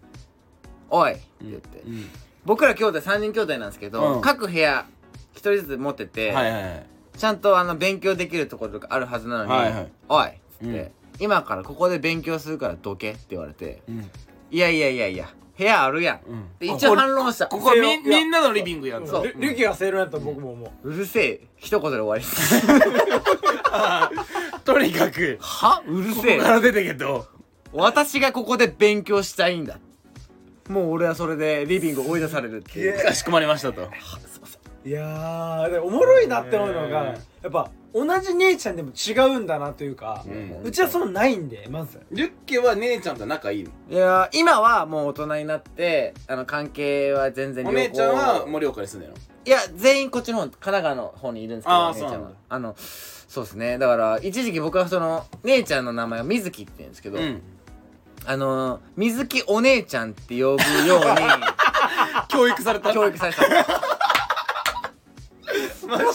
S1: おい!」って言って、
S3: うん
S1: 僕ら兄弟3人兄弟なんですけど、
S3: うん
S1: 各部屋一人ずつ持ってて、
S3: はいはいはい
S1: ちゃんとあの勉強できるところとかあるはずなのに「
S3: はいはい
S1: おい!」っつって、
S3: うん
S1: 今からここで勉強するからどけ」って言われて
S3: うん
S1: 「いやいやいやいや部屋あるやん」
S3: うん
S1: で一応反論した
S3: ここはみ
S2: いや
S3: みんなのリビングやん
S1: そう
S2: リュリュキが正論やったら僕も思う、
S1: うるせえ一言で終わりです
S3: とにかく
S1: はうる
S3: ここ
S1: せえ
S3: から出てけど
S1: 私がここで勉強したいんだもう俺はそれでリビングを追い出されるっていう
S3: かしこまりましたと
S1: あすいません
S2: いやーでおもろいなって思うのが
S3: ね
S2: やっぱ同じ姉ちゃんでも違うんだなというか、
S3: うん
S2: うちはそのないんでまず
S3: リュッケは姉ちゃんと仲いいの
S1: いやー今はもう大人になってあの関係は全然
S3: お
S1: 良好
S3: 姉ちゃんは盛岡に住んでるの
S1: いや全員こっちの方神奈川の方にいるんですけど
S3: あー
S1: 姉ちゃ
S3: そうんな
S1: は
S3: んだ
S1: あのそうですねだから一時期僕はその姉ちゃんの名前は水木って言うんですけど、
S3: うん
S1: あのー水木お姉ちゃんって呼 ぶように
S3: 教育された
S1: 教育された
S3: マジ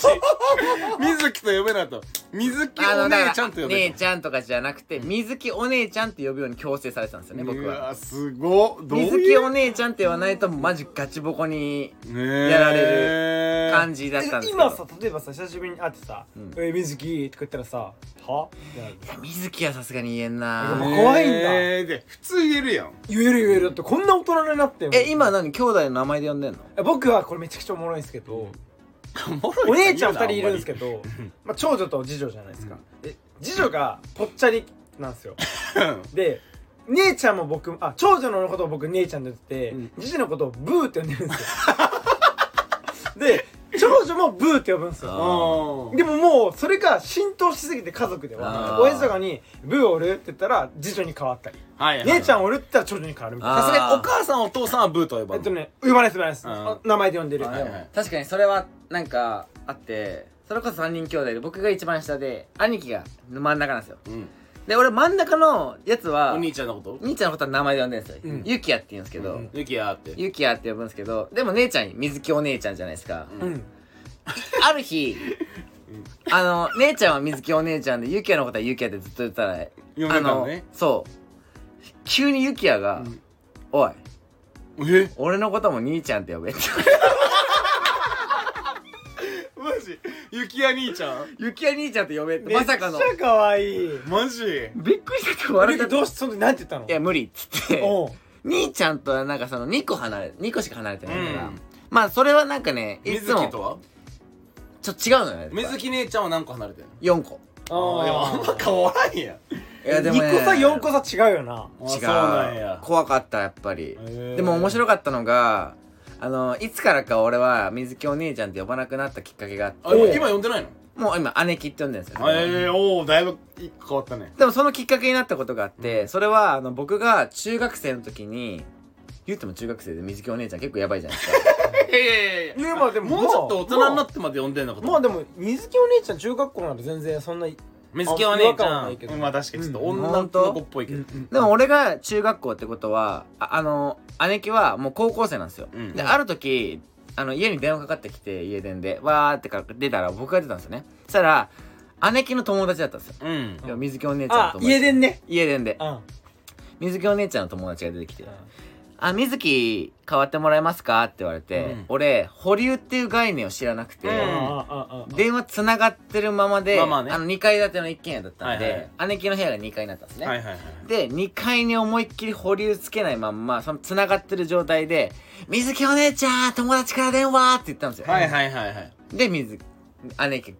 S3: 水木と呼べなと水木
S1: あ
S3: お
S1: のだ
S3: 姉
S1: から
S3: ちゃんと呼べ
S1: 姉ちゃんとかじゃなくて水木お姉ちゃんって呼ぶように強制されてたんですよね僕
S3: う
S1: は
S3: わすごっどう
S1: 水
S3: い
S1: 木
S3: う
S1: お姉ちゃんって言わないとマジガチボコに
S3: ね
S1: やられ
S3: る
S1: 感じだったんですけど
S2: 今さ例えばさ久しぶりに会ってさ「
S1: うん
S2: え水木」とか言ったらさ「は?」ってなる
S1: いや水木はさすがに言えん
S2: で
S1: な
S2: も怖いんだ
S3: で普通言えるやん
S2: 言える言えるってこんな大人になっても
S1: え今何兄弟の名前で呼んでんの
S2: 僕はこれめちゃくちゃおもろいんですけど、お
S3: お
S2: 姉ちゃん2人いるんです
S3: け
S2: けど、 まあ、長女と次女じゃないですか、で次女がぽっちゃりなんですよ
S3: ど
S2: で姉ちゃんも僕あ長女のことを僕姉ちゃんと呼んでて、
S3: うん
S2: 次女のことをブーって呼んでるんですよ で長女もブーって呼ぶんですよ
S3: あ
S2: でももうそれが浸透しすぎて家族で
S1: あ
S2: は
S1: ー
S2: 親父とかに「ブーおる?」って言ったら次女に変わったり
S3: はい
S2: 姉ちゃん
S3: は
S2: おるって言ったら長女に変わるみたい
S1: あ
S2: な
S1: ー
S3: さすがにお母さんお父さんはブーと呼ば
S2: え
S3: ん
S2: っ
S3: の
S2: とね呼ばないです呼ばないです
S3: うん
S2: あ名前で呼んでる
S1: あ
S3: は
S1: で
S3: い
S1: も
S3: はい
S1: 確かにそれはなんかあってそれこそ3人兄弟で僕が一番下で兄貴が真ん中なんですよ
S3: うん
S1: で俺真ん中のやつ
S3: お
S1: は
S3: 兄ちゃんのこと
S1: 兄ちゃんのことは名前で呼んでるんですよ、
S2: うん
S1: ゆきやって言うんですけど、
S3: ユキヤって
S1: ゆきやって呼ぶんですけどでも姉ちゃんに水木お姉ちゃんじゃないですか、
S3: うん
S2: うん
S1: ある日あの姉ちゃんは水木お姉ちゃんでゆきやのことはゆきやってずっと言ってたら、
S3: 呼んで
S1: あ
S3: たのね
S1: そう急にゆきやが「
S3: うん
S1: おい
S3: え
S1: 俺のことも兄ちゃんって呼 べ」って
S3: マジユキヤ兄ちゃん
S1: ゆきや兄ちゃんって呼べってまさかの
S2: めっちゃ可愛い
S3: マジ
S1: びっくりしたって笑っちゃった
S2: どうしてその時なんて言ったの
S1: いや無理っつって
S2: おう
S1: 兄ちゃんとはなんかその2個離れ2個しか離れてないから、
S3: うん
S1: まあそれはなんかねいつ
S3: 水
S1: も
S3: 木
S1: ち
S3: と
S1: ょっ
S3: は
S1: と違うのよね
S3: 水木姉ちゃんは何個離れてるの
S1: 4個
S3: ああんま変わらんや
S1: い
S2: いやでも、2個差4個差違うよな
S3: あ
S1: 違
S3: そう
S1: う
S3: なんや
S1: 怖かったやっぱり、
S3: へえ
S1: でも面白かったのがあのいつからか俺は水木お姉ちゃんって呼ばなくなったきっかけがあって
S3: あ今今呼んでないの
S1: もう今姉貴って呼んでるんですよ、
S3: ええおおだいぶ変わったね
S1: でもそのきっかけになったことがあって、それはあの僕が中学生の時に言っても中学生で水木お姉ちゃん結構やばいじゃないですか
S3: いやいやいや
S2: いやまあでも
S3: もうちょっと大人になってまで呼んでんのかと
S2: ま
S3: 思
S2: あ
S3: っ
S2: で
S3: た
S2: も水木お姉ちゃん中学校なら全然そんな
S3: 水木お姉
S2: 違和
S3: ち
S2: 感は
S3: ゃ
S2: なんいけど
S3: まあ確かにちょっと
S1: うん
S3: 女の子っぽいけど
S1: でも俺が中学校ってことはああの姉貴はもう高校生なんですよ、
S3: うん
S1: である時あの家に電話かかってきて家電でわーってか出たら僕が出たんですよねそしたら姉貴の友達だったんですよ
S3: うん
S1: いや水木お姉ちゃん
S2: あ
S1: と友達
S2: 家電ね
S1: 家電で
S2: うんうん
S1: 水木お姉ちゃんの友達が出てきて「あ水木変わってもらえますか?」って言われて、
S3: うん
S1: 俺保留っていう概念を知らなくて、
S3: うん
S1: 電話つながってるままで、
S3: まあまあね
S1: の2階建ての一軒家だったんで、
S3: はいはい
S1: 姉貴の部屋が2階になったんですね、
S3: はいはいはい
S1: で2階に思いっきり保留つけないまんまそのつながってる状態で「水木お姉ちゃん友達から電話!」って言ったんですよ、
S3: はいはいはいはい
S1: で水姉貴が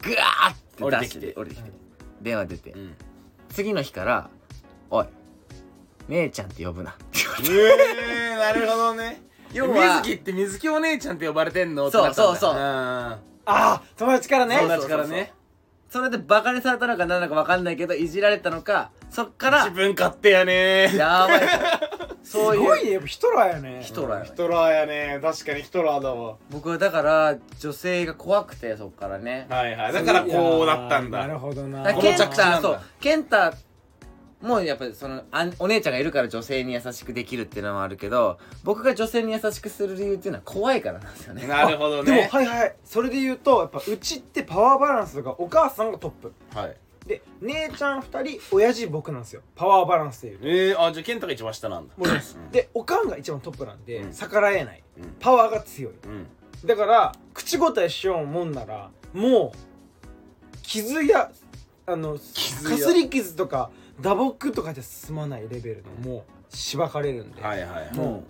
S1: グワーって出して
S3: 降
S1: 降りてきて電話出て、
S3: うん
S1: 次の日から「おい姉ちゃんって呼ぶな」 って言われて
S3: えーなるほどね
S1: 要は
S3: 水木って水木お姉ちゃんって呼ばれてんの
S1: そう
S3: ってなったんだ
S1: そうそうん
S2: ああ友達からね
S3: 友達からね
S1: それでバカにされたのか何なのか分かんないけどいじられたのかそっから
S3: 自分勝手やね
S1: や ばいそう
S2: す
S1: いう
S2: ごいねやっぱヒトラーやね
S1: ヒトラー
S3: ヒトラーやね確かにヒトラーだわ
S1: 僕はだから女性が怖くてそっからね
S3: はいはいだからこうなったん
S2: いやーなる
S3: だ
S2: ほどな
S1: だ
S3: こ
S1: か
S3: の
S1: らケン
S3: 着地な
S1: タ
S3: んだ
S1: そうケンタもやっぱりそのあお姉ちゃんがいるから女性に優しくできるっていうのもあるけど僕が女性に優しくする理由っていうのは怖いからなんですよね
S3: なるほど
S2: でも
S3: ね
S2: はいはいそれで言うとやっぱうちってパワーバランスがお母さんがトップ
S3: はい
S2: で姉ちゃん2人親父僕なんですよパワーバランスでいうと
S3: えー、あじゃあ健太が一番下なんだ
S2: もうです
S3: うん
S2: でおかんが一番トップなん
S3: う
S2: で
S3: ん
S2: 逆らえない
S3: うん
S2: パワーが強い
S3: うん
S2: だから口答えしようもんならもう傷やあの
S3: 傷や
S2: かすり傷とか打撲とかで済まないレベルのもうしばかれるんで、
S3: はいはいはい
S1: も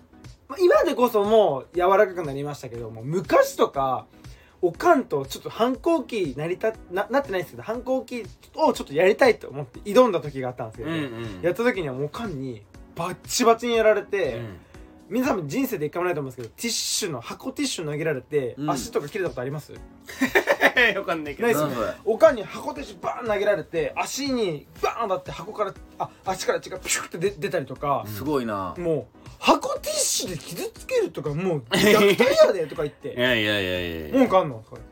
S2: まあ今でこそもう柔らかくなりましたけども昔とかおかんとちょっと反抗期なりたななってないんですけど反抗期をちょっとやりたいと思って挑んだ時があったんですけ
S3: う
S2: ど、
S3: んう ん
S2: やった時にはもうおかんにバッチバチにやられて、
S3: うん
S2: 皆さんも人生で一回もないと思うんですけどティッシュの箱ティッシュ投げられて、
S1: うん
S2: 足とか切れたことあります
S3: わかんないけ
S2: ないっ
S3: ど
S2: す
S1: なんだ
S2: おかんに箱ティッシュバーン投げられて足にバーンだって箱からあ足から血がピューって出出たりとか、
S1: すごいな
S2: もう箱ティッシュで傷つけるとか もう虐待やでとか言っ
S3: い
S2: て
S3: やいやいやいやいや
S2: 文句あんのとか言って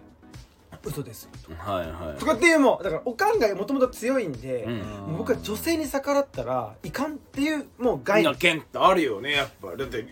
S2: 嘘です
S3: はいは
S2: とかっていうもうだからおかんがもともと強いんで、
S3: いうん
S2: もう僕は女性に逆らったらいかんっていうもう
S3: み
S2: 概
S3: んな
S2: 念
S3: 剣ってあるよねやっぱだって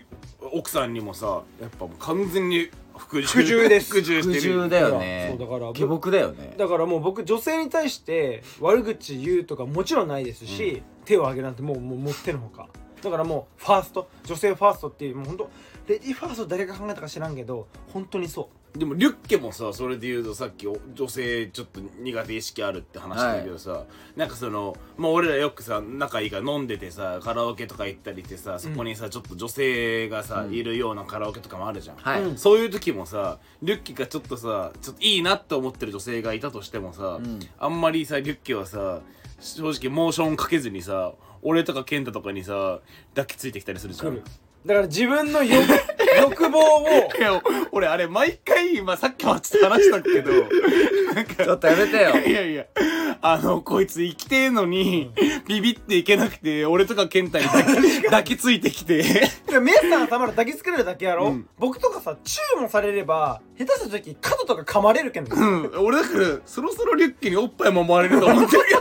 S3: 奥さんにもさやっぱもう完全に服従
S2: 服従です
S3: 服
S1: 苦
S3: 従してる
S1: 渋だよね
S2: そうだから
S1: 下僕だよね
S2: だからもう僕女性に対して悪口言うとかもちろんないですし、手を挙げるなんてもうもう持ってのほかだからもうファースト女性ファーストっていうもう本当レディーファースト誰が考えたか知らんけど本当にそ
S3: でもリュッケもさそれで言うとさっきお女性ちょっと苦手意識あるって話だけどさ、なんかそのまあ俺らよくさ仲いいから飲んでてさカラオケとか行ったりってさそこにさ、ちょっと女性がさ、
S1: うん
S3: いるようなカラオケとかもあるじゃん、
S1: はい
S2: うん
S3: そういう時もさリュッキがちょっとさちょっといいなって思ってる女性がいたとしてもさ、
S1: うん
S3: あんまりさリュッキはさ正直モーションかけずにさ俺とか健太とかにさ抱きついてきたりするじゃ。
S2: うんだから自分の欲 欲望を
S3: いや俺あれ毎回、まあ、さっきもちょっと話したけどなんか
S1: ちょっとやめてよ
S3: いやいや、あの、こいつ生きてえのに、ビビっていけなくて、俺とか健太に抱き抱きついてきて。
S2: いやメッサー様ら抱きつけれるだけやろ、
S3: うん
S2: 僕とかさチューもされれば下手した時角とか噛まれるけど、
S3: うん、俺だから、そろそろリュッキにおっぱいも回れると思ってるけど。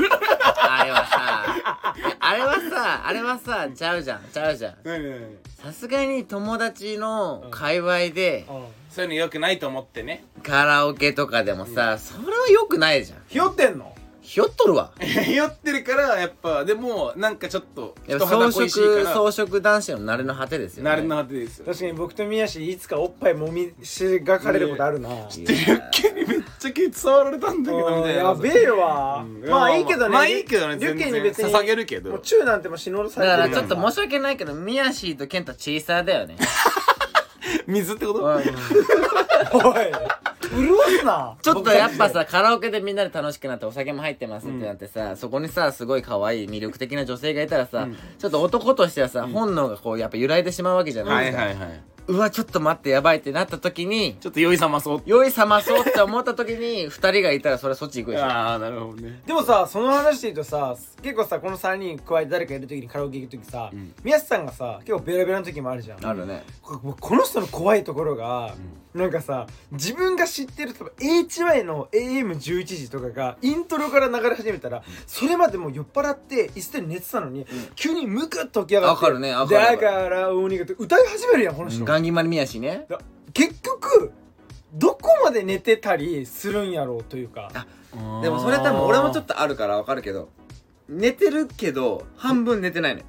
S1: あれはさあれはさあれはさちゃうじゃんちゃうじゃん
S3: 何何
S1: さすがに友達の界隈で
S2: うん
S3: そういうの良くないと思ってね。
S1: カラオケとかでもさそれは良くないじゃん
S2: ひよってんの
S1: ひよっとるわ
S3: 酔ってるから、やっぱ、でも、なんかちょっと、
S1: やっ
S3: 人
S1: ぱ
S3: 肌
S1: 草食
S3: 恋しいから、
S1: 草食男子のなれの果てですよね
S3: なるなってですよ。
S2: 確かに僕と宮氏いつかおっぱいもみしがかれることあるな、
S1: いや
S3: リュッキにめっちゃ気触られたんだけど、みたいな。
S2: やべえわ、
S3: うん
S2: まあいいけどね
S3: まあいいけどね、
S2: リュ
S3: 全
S2: ッケに
S3: 然
S2: 別に
S3: 捧げるけど。
S2: もうチューなんてもう死ぬほどさ
S1: だから
S2: れてる
S1: ちょっと申し訳ないけどミヤシーとケンタ小さだよね
S3: 水ってこと
S1: うん
S2: おい潤すな
S1: ちょっとやっぱさカラオケでみんなで楽しくなってお酒も入ってますってなってさ、そこにさすごい可愛い魅力的な女性がいたらさ、ちょっと男としてはさ、本能がこうやっぱ揺らいでしまうわけじゃないで
S3: はい
S1: すか、
S3: はいはい。
S1: うわちょっと待ってやばいってなった時に
S3: ちょっと酔いさまそう。
S1: 酔い覚まそうって思った時に二人がいたらそれそっち行くでしょ
S3: ああ、なるほどね。
S2: でもさその話で言うとさ結構さこの3人加えて誰かいる時にカラオケ行く時さ、
S3: ん
S2: 宮氏さんがさ結構ベラベラの時もあるじゃん
S1: あるね
S2: ここの人の怖いところが、なんかさ自分が知ってる例えば HY の AM11 時とかがイントロから流れ始めたらそれまでもう酔っ払って椅子で寝てたのに、急にムクッと起き上がって
S1: わかるねわかる
S2: だから大苦手歌い始めるやんこの人、
S1: ガンギマルミヤシね
S2: だ結局どこまで寝てたりするんやろうというか
S1: あでもそれ多分俺もちょっとあるからわかるけど寝てるけど半分寝てないね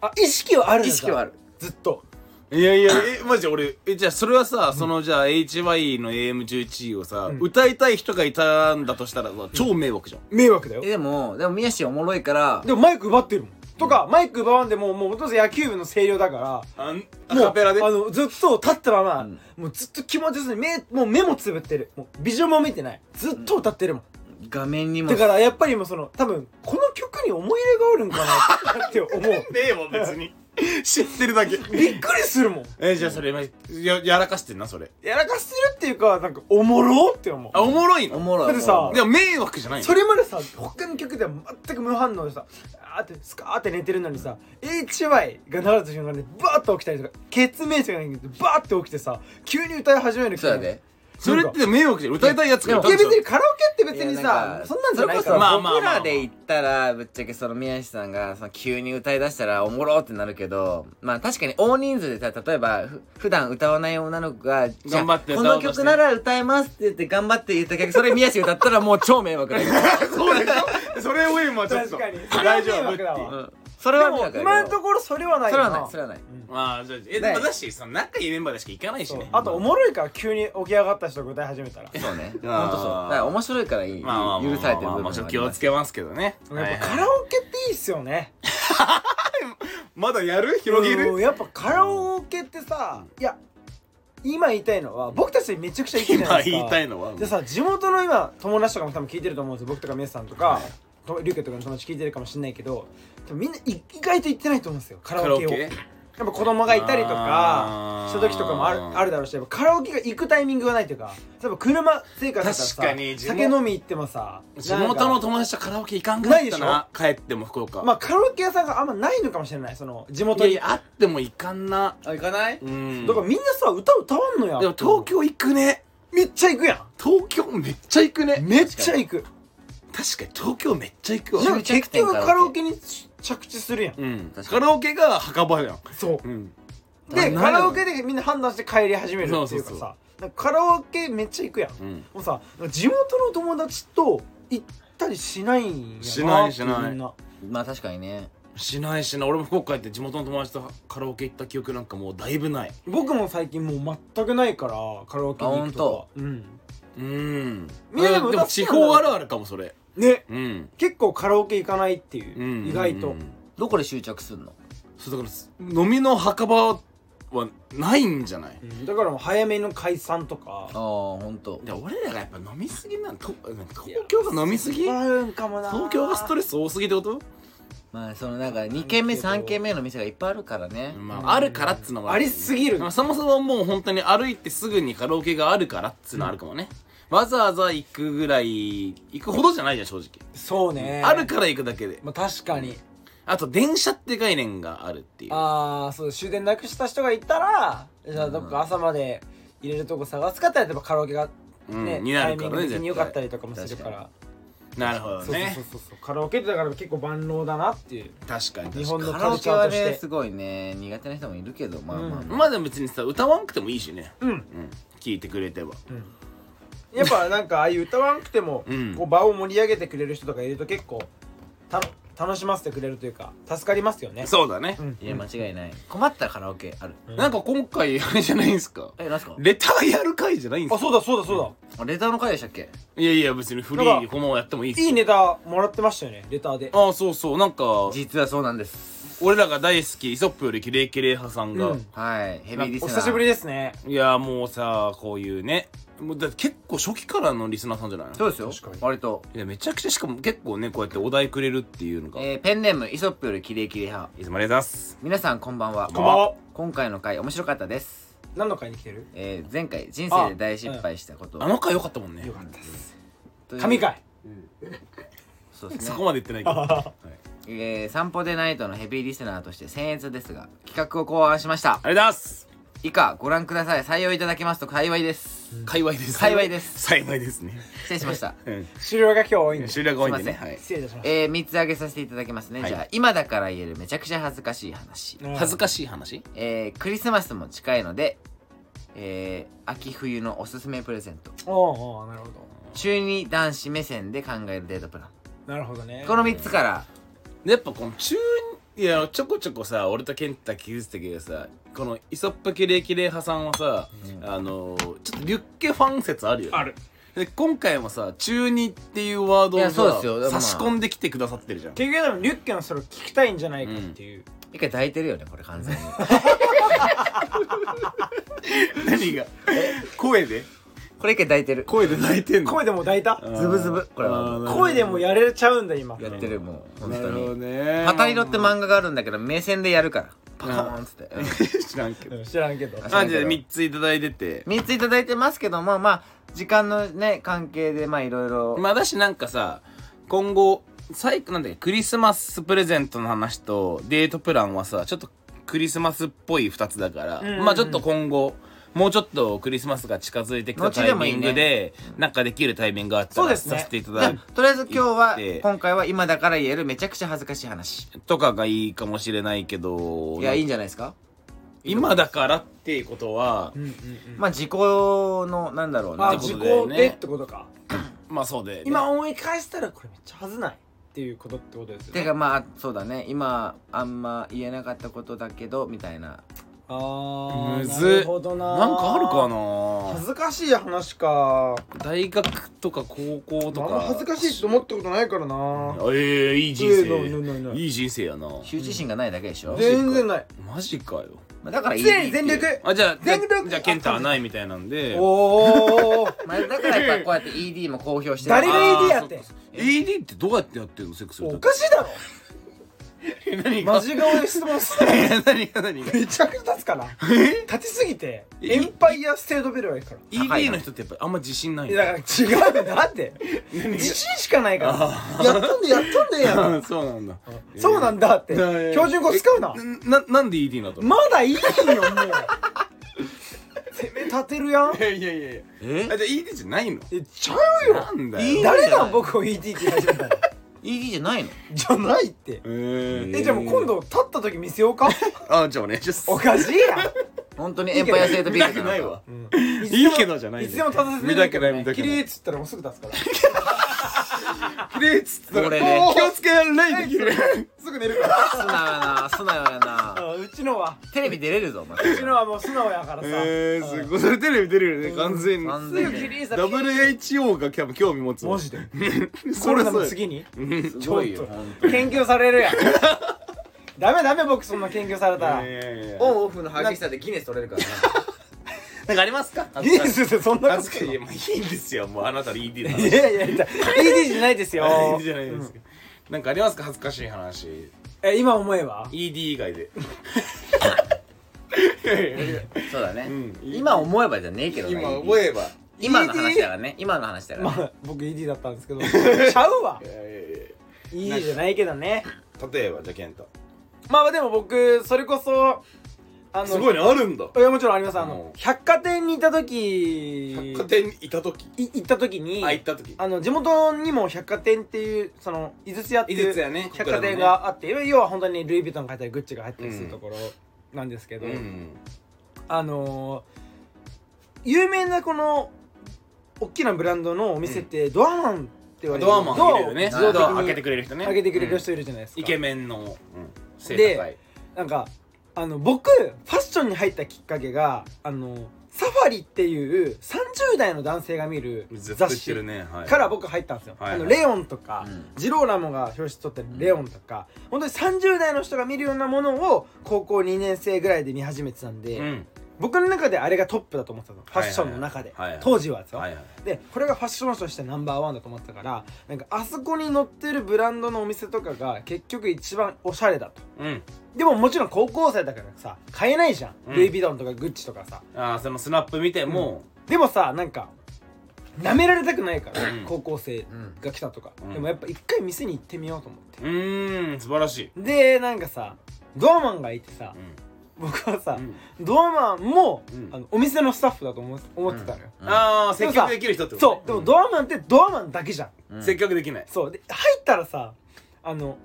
S2: あ意識はあるんだ
S1: 意識はある
S2: ずっと
S3: と。いやいや、え、マジで俺、え、じゃあそれはさ、そのじゃあ HY の AM11 をさ、
S2: うん
S3: 歌いたい人がいたんだとしたらさ、超迷惑じゃん。
S2: 迷惑だよ
S1: えでもでもミヤシおもろいから
S2: でもマイク奪ってるもんとかマイク奪わんでももうお父さん野球部の声量だから
S3: あん、ア
S2: もう
S3: カペラで
S2: あ。のずっと立ったまま、
S1: うん
S2: もうずっと気持ちよさに目もう目もつぶってるもうビジョンも見てないずっと歌ってるもん、
S1: 画面にも
S2: だからやっぱりもうその多分この曲に思い入れがあるんかなって思う
S3: ねえもん別に。 知ってるだけ。
S2: びっくりするもん
S3: え、じゃあそれ、マジや、やらかしてんな、それ。
S2: やらかしてるっていうかなんかおもろって思う
S3: あ、おもろい
S1: お
S3: の
S1: もろい
S2: だってさ
S1: おもろい
S3: でも迷惑じゃないの
S2: それまでさ他の曲では全く無反応でさあーってスカーって寝てるのにさ HY が流れた瞬間にバーッと起きたりとか血明とかにバーッと起きてさ急に歌い始める
S1: そうやで
S3: それって迷惑じゃん。歌いたいやつがい
S2: い
S3: た
S2: や
S3: ん
S2: 別
S3: じゃん
S2: にカラオケって別に
S1: いやな
S2: さ
S1: んか
S2: そんなんじゃないか
S1: それこ
S2: ら
S1: そ
S3: まあまあまあ
S1: 僕らで行ったらぶっちゃけその宮下さんがその急に歌い出したらおもろってなるけどまあ確かに大人数でさ例えばふ普段歌わない女の子が「じゃあ
S3: 頑張って
S1: こ
S3: 歌お
S1: の
S3: うとして
S1: 曲なら歌えます」って言って頑張って言った曲それ宮下歌ったらもう超迷惑だ よ、
S3: そうでしょそれを今ちょっ
S2: 確
S3: と。
S2: かにそれは
S3: 大丈
S2: 迷
S3: 夫っ
S2: 惑
S3: て
S2: だ
S3: いう
S2: わ
S1: うん、それは迷惑だけ
S2: でも
S1: ど
S2: 今のところそれはない
S1: そ
S2: よ
S1: れはないそれはない
S3: まあ、じゃあ、え、
S1: ね
S3: まあだし、その仲いいメンバーでしか行かないし
S2: そう
S3: ね。
S2: あとおもろいから急に起き上がった人が歌い始めたら
S1: そう ねほんとそうだ
S3: あー
S1: から面白いからいい、
S3: まあまあまあまあ
S1: 許されてる部分
S3: まあ
S1: も
S3: も
S1: あ
S3: ち
S1: り
S3: ろん
S1: ます
S3: 気をつけますけどね
S2: やっぱカラオケっていいっすよね
S3: まだやる
S2: うんやっぱカラオケってさいや今言いたいのは僕たちめちゃくちゃ行くじゃな
S3: 今
S2: いですか
S3: 言いたいのは
S2: でさ地元の今友達とかも多分聞いてると思うんですよ僕とかメスさんとか、とリュウケとかの友達聞いてるかもしれないけど多分みんな意外と行ってないと思うんですよカラオケをやっぱ子供がいたりとか
S3: あー
S2: した時とかもあるあるだろうしやっぱカラオケが行くタイミングがないというか例えば車生活だったらさ
S3: 確かに地
S2: 酒
S3: 元
S2: 飲み行ってもさ
S3: 地元の
S2: なんか
S3: 友達とカラオケ行かんかっ
S2: ないで
S3: た
S2: し
S3: な
S2: ょ
S3: 帰っても福岡
S2: まあカラオケ屋さんがあんまないのかもしれないその地
S3: い
S2: 元
S3: や
S2: に
S3: いやあっても行かんな
S1: あ行かない
S3: うん
S2: だからみんなさ歌歌わんのや
S3: でも東京行くね
S2: めっちゃ行くや
S3: 東京めっちゃ行くね
S2: んめっちゃ行く
S3: 確かに東京めっちゃ行くわ
S2: でも
S1: 終着
S2: 結
S1: 点
S2: 局カラオケに着地するやん
S3: うん
S1: 確か
S3: カラオケが墓場やん
S2: そう
S3: うん
S2: で
S1: な
S2: カラオケでみんな判断して帰り始めるっていう
S3: そうそ
S2: か
S3: うそ
S2: さなんかカラオケめっちゃ行くやん
S3: うん
S2: もうさ地元の友達と行ったりしないんやな
S3: しないしない
S2: みんな
S1: まあ確かにね
S3: しないしない俺も福岡行って地元の友達とカラオケ行った記憶なんかもうだいぶない
S2: 僕も最近もう全くないからカラオケに行くとかうん
S3: うん
S2: みんなで
S3: で
S2: も
S3: も
S2: 歌って
S3: 地
S2: たんだ
S3: 方あるあるかもそれ
S2: ね
S3: うん
S2: 結構カラオケ行かないっていう、
S3: うん
S2: 意外と、
S3: うん
S1: どこで執着すんの
S3: そうだから飲みの墓場はないんじゃない
S2: うんだからもう早めの解散とか
S1: ああほんと
S3: いや俺らがやっぱ飲みすぎなんと東京が飲みすぎ
S2: あるんかもな
S3: 東京がストレス多すぎってこと
S1: まあそのなんか2軒目3軒目の店がいっぱいあるからね
S3: まああるからっつうのも
S2: ありすぎる
S3: まあそもそももう本当に歩いてすぐにカラオケがあるからっつうのはあるかもね、わざわざ行くぐらい行くほどじゃないじゃん正直、
S2: そうね
S3: あるから行くだけで
S2: まあ確かに
S3: あと電車って概念があるっていう
S2: ああそう終電なくした人がいたらじゃあどっか朝まで入れるとこ探すかってやっぱカラオケが
S3: うん
S2: ね、
S3: にな
S2: タイ
S3: るか
S2: ミン
S3: ら
S2: グ
S3: ね
S2: 的に良
S3: 絶
S2: かった
S3: 対
S2: りとかもするから
S3: なるほどね
S2: そうそうそうそうカラオケってだから結構万能だなっていう
S3: 確かに
S2: 日
S3: 確
S2: 本
S3: か
S2: の
S1: カ
S2: カ
S1: ラオ
S2: ルチ
S1: ケ
S2: ャー
S1: は
S2: とし
S1: ね
S2: て
S1: すごいね苦手な人もいるけどまあまあ
S2: う
S3: にまあでも別にさ歌わんくてもいいしね
S2: うん
S3: うん聞いてくれてば
S2: やっぱなんかああいう歌わんくても、
S3: うん
S2: こう場を盛り上げてくれる人とかいると結構た楽しませてくれるというか助かりますよね
S3: そうだね、
S2: うん
S1: いや間違いない困ったらカラオケある
S3: なんか今回あれじゃないんすか
S1: えなんすか
S3: レターやる回じゃないんす
S2: あ
S3: か
S2: そうだそうだそうだ、
S1: あレターの回でしたっけ
S3: いやいや別にフリ
S2: な
S3: ー
S2: んか
S3: このままやってもいいっすよ
S2: いいネタもらってましたよねレターで
S3: ああそうそうなんか
S1: 実はそうなんです
S3: 俺らが大好きイソップよりキレイキレイ派さんが、
S2: うん
S1: はいヘビーリスナー
S2: お久しぶりですね
S3: いやもうさこういうねもうだって結構初期からのリスナーさんじゃない
S1: そうですよ
S2: 確かに
S1: 割と
S3: いやめちゃくちゃしかも結構ねこうやってお題くれるっていうのが、
S1: えーペンネームイソップよりキレイキレイ派
S3: いつもありがとうございます
S1: 皆さんこんばんは
S2: こんばんは
S1: 今回の回面白かったです、
S2: 何の会に来てる
S1: えー前回人生で大失敗したこと
S3: あの回良かったもんね
S2: よかったです
S1: という
S2: 神回
S1: そうです
S3: そ
S1: ね
S3: こ、まで言ってないけど、はい
S1: えー散歩でナイトのヘビーリスナーとして僭越ですが企画を考案しました
S3: ありがとうございます
S1: 以下ご覧ください採用いただけますと幸いです
S3: 界隈です
S1: 幸いです
S3: 幸いですね
S1: 失礼しま した、
S3: うん
S2: 終了が今日多いんで
S3: 終了が多いんです
S1: い
S3: ね
S1: ま
S3: はい
S2: 失礼いたしまし
S1: えー、3つ挙げさせていただきますね、
S3: はい
S1: じゃあ今だから言えるめちゃくちゃ恥ずかしい話、
S2: た
S3: 恥ずかしい話
S1: えー、クリスマスも近いので、えー、秋冬のおすすめプレゼント
S2: うんおうおうなるほ
S1: 中二男子目線で考えるデートプラン
S2: どなるほどね
S1: この3つから
S3: やっぱこの中いやちょこちょこさ俺と健太気づいてたけどさこのイソップキレイキレイ派さんはさ、あのーちょっとリュッケファン説あるよね
S2: ある
S3: で今回もさ中二っていうワード
S1: い
S3: を
S1: や
S3: さ
S1: そうですよ
S3: 差し込んできてくださってるじゃん
S2: 結局でもリュッケのそれを聞きたいんじゃないかっていう、
S1: 一回抱いてるよねこれ完全 に
S3: 何が声で
S1: これ一回抱いてる
S3: 声で泣いてんの
S2: 声でも抱いた
S1: ズブズブこれは
S2: 声でもやれちゃうんだ今
S1: やってるもう本
S3: な
S1: 当
S3: るほど
S1: に「
S3: ね
S1: パタリロ」って漫画があるんだけど目線でやるからパカーンっつって
S3: 知らんけど
S2: 知らんけど
S3: あじゃあ3ついただいてて
S1: 3ついただいてますけどまあまあ時間のね関係でまあいろいろ
S3: まあだしなんかさ今後最なんだっけクリスマスプレゼントの話とデートプランはさちょっとクリスマスっぽい2つだから、
S2: んうん
S3: まあちょっと今後もうちょっとクリスマスが近づいてきた
S1: 後
S3: タ
S1: で
S3: イ
S1: もいい
S3: ミン
S1: ね
S3: グでなんかできるタイミングがあった
S2: そう
S3: ら
S2: ですね
S3: させていた
S1: じゃ
S3: だいて
S1: あとりあえず今日は
S3: 行って
S1: 今回は今だから言えるめちゃくちゃ恥ずかしい話
S3: とかがいいかもしれないけど
S1: いやいいんじゃないですか
S3: 今だからっていうことは、
S2: うんうん
S1: まあ時効のなんだろう
S2: まあ
S1: な
S3: って
S2: 時
S3: ことだよ
S2: 効
S3: ね
S2: でってことか
S3: まあそうで、
S2: 今思い返したらこれめっちゃはずないっていうことってことですよ
S1: て
S2: ね
S1: かまあそうだね今あんま言えなかったことだけどみたいな
S2: あー
S3: むず
S2: なるほどな
S3: なんかあるか
S2: 恥
S3: な
S2: ずかしい話か
S3: 大学とか高校と
S2: あん
S3: か
S2: ま恥ずかしいと思ったことないからな
S3: ええいい人生、
S2: いやないないない
S3: いい人生やな
S1: 羞恥心がないだけでしょ、
S2: 全然ない
S3: マジかよ
S1: まあだからいい
S2: 常に全
S1: いいっていう
S2: 力
S3: あじゃあじゃ
S2: 全力
S3: あじゃあ健太はないみたいなんで
S2: おー
S1: まあ、だからやっぱこうやって ED も公表して
S2: 誰が
S1: あ
S2: AD やって
S3: あーそっか AD ってどうやってやってんのセックスする
S2: お
S3: と
S2: かしいだろ
S3: 何が
S2: マジ顔で質問する
S3: 何が何が
S2: めちゃくちゃ立つから
S3: え
S2: 立ちすぎて
S3: え
S2: エンパイアステートベルはいいから
S1: 高い
S3: ED
S1: な
S3: の人ってやっぱりあんま自信ない
S2: い
S3: ん
S2: や
S3: だ
S2: だから違うよなんで自信しかないからやっとんでやっとんでや
S3: あ そうなんだ
S2: そうなんだって
S3: いやいや
S2: 標準語使うな
S3: ななんで ED なの
S2: まだいいよもう攻め立てるやん
S3: いやいやいやいや
S1: え
S3: あじゃあ ED じゃないの
S2: えちゃうよ
S3: なんだ
S1: いい
S3: よ
S2: 誰が僕を ET って言い始めたの
S1: ED じゃないの
S2: じゃないって
S3: えー
S2: えじゃあもう今度立った時見せようか
S3: あじゃあお願いします
S2: おかしいやん
S1: 本当にエンパイアステートビル
S3: 見たくないわ
S2: うん
S3: いいけどじゃない
S2: いつでも立たせて
S3: 見たくない見たくない
S2: 綺麗っつったらもうすぐ立つから
S3: 綺麗っつったら
S1: 俺ね
S3: 気をつけられないで
S2: すぐ寝るから
S1: 素直やな素直やな
S2: うんうちのは
S1: テレビ出れるぞお前
S2: うちのはもう素直やからさ
S3: えー、すごいそれテレビ出るよね完全に
S1: 完
S2: すぐ
S1: 全
S2: 綺
S1: に
S2: 麗さ
S3: WHO が多分興味持つわ
S2: マジでコ
S3: そ
S2: ロ
S3: れ
S2: ナ
S3: そ
S2: の
S3: う
S2: 次に
S3: うん
S2: ちょっと
S1: 本当に
S2: 研究されるやん ダメダメ僕そんな研究されたら
S3: いやいやいや
S1: オンオフの激しさでギネス取れるからな
S3: なんかありますか
S2: ギネスってそんなこ
S3: 恥
S2: と
S3: ずかしいいやまあいいんですよもうあなたの ED の話
S2: いやいやいや ED じゃない ですよ
S3: ED じゃないですかなんかありますか恥ずかしい話
S2: え今思えば
S3: ED 以外でいやいやいや
S1: そうだね
S3: うん
S1: 今思えばじゃねえけどな
S3: 今
S1: ED
S3: 覚えば
S1: 今の話だからね今の話だから
S2: ま
S1: ね
S2: あ僕 ED だったんですけどちゃうわ
S3: いやいやいや
S2: ED じゃないけどね
S3: 例えばじゃあケント
S2: まあでも僕それこそあの
S3: すごいねあるんだ
S2: いやもちろんありますあ
S3: うん
S2: の百貨店にいた時
S3: 百貨店にいた時
S2: い行った時に
S3: あ行った時
S2: あの地元にも百貨店っていうその井筒屋って
S3: 井
S2: い
S3: 筒屋ね
S2: う百貨店があって、要は本当にルイ・ヴィトンが入ったりグッチが入ったりするところなんですけど、
S3: うん
S2: あのー有名なこの大きなブランドのお店ってドアマンって言われる
S3: ドアマン入れるよね
S2: 自動
S3: ド
S2: 的
S3: ア
S2: に
S3: 開けてくれる人ね
S2: 開けてくれる人いるじゃないですか、
S3: イケメンの背
S2: で
S3: 高い
S2: なんかあの僕ファッションに入ったきっかけがあのサファリっていう30代の男性が見る
S3: ずっと
S2: 雑
S3: 言って
S2: 誌
S3: るねはい
S2: から僕入ったんですよ、
S3: はい
S2: あのレオンとか、
S1: うん
S2: ジローラモが表紙取ってるレオンとか、本当に30代の人が見るようなものを高校2年生ぐらいで見始めてたんで、
S3: うん
S2: 僕の中であれがトップだと思ってたのファッションの中で、
S3: はいはいはい
S2: 当時はですよ、
S3: はいはい
S2: でこれがファッション誌としてナンバーワンだと思ってたからなんかあそこに載ってるブランドのお店とかが結局一番おしゃれだと
S3: うん
S2: でももちろん高校生だからさ買えないじゃん、
S3: うん
S2: ルイ・ヴィトンとかグッチとかさ
S3: ああそのスナップ見ても
S2: でもさなんか舐められたくないから、
S3: うん
S2: 高校生が来たとか、
S3: うん
S2: でもやっぱ一回店に行ってみようと思って
S3: うーん素晴らしい
S2: でなんかさドアマンがいてさ
S3: う
S2: 僕はさ、
S3: ん
S2: ドアマンも、
S3: うん
S2: あのお店のスタッフだと思思ってたのよ、
S1: うん
S3: ああ積極できる人って
S2: そう
S3: こ
S2: で
S3: と
S2: も
S3: ね
S2: ドアマンってドアマンだけじゃん
S1: うん
S3: 積極できない
S2: そうで入ったらさあの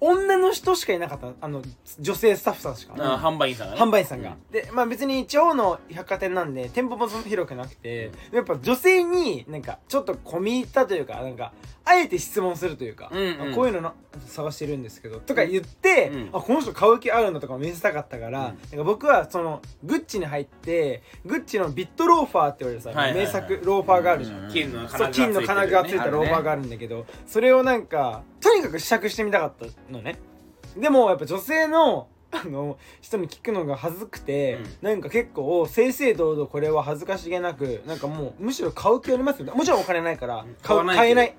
S2: 女の人しかいなかったあの女性スタッフさんしか、
S3: あー販売員さんがね
S2: 販売員さんが、でまあ別に地方の百貨店なんで店舗もそんな広くなくて、やっぱ女性になんかちょっと込み入ったというかなんかあえて質問するというか、
S3: うんうん
S2: あこういうのな探してるんですけどとか言って、
S3: うん
S2: あこの人買う気あるんだとか見せたかったから、
S3: うん
S2: なんか僕はそのグッチに入ってグッチのビットローファーって言われるさ、
S3: はいはいはい
S2: 名作ローファーがあるじゃん、
S1: うん
S3: 金の金具
S2: そう金の金具がついたローファーがあるんだけど、それをなんかとにかく試着してみたかったのねでもやっぱ女性のあの人に聞くのが恥ずくて、なんか結構正々堂々これは恥ずかしげなくなんかもうむしろ買う気ありますよもちろんお金ないから
S3: うん
S2: 買う
S3: 買わないけど
S2: 買えない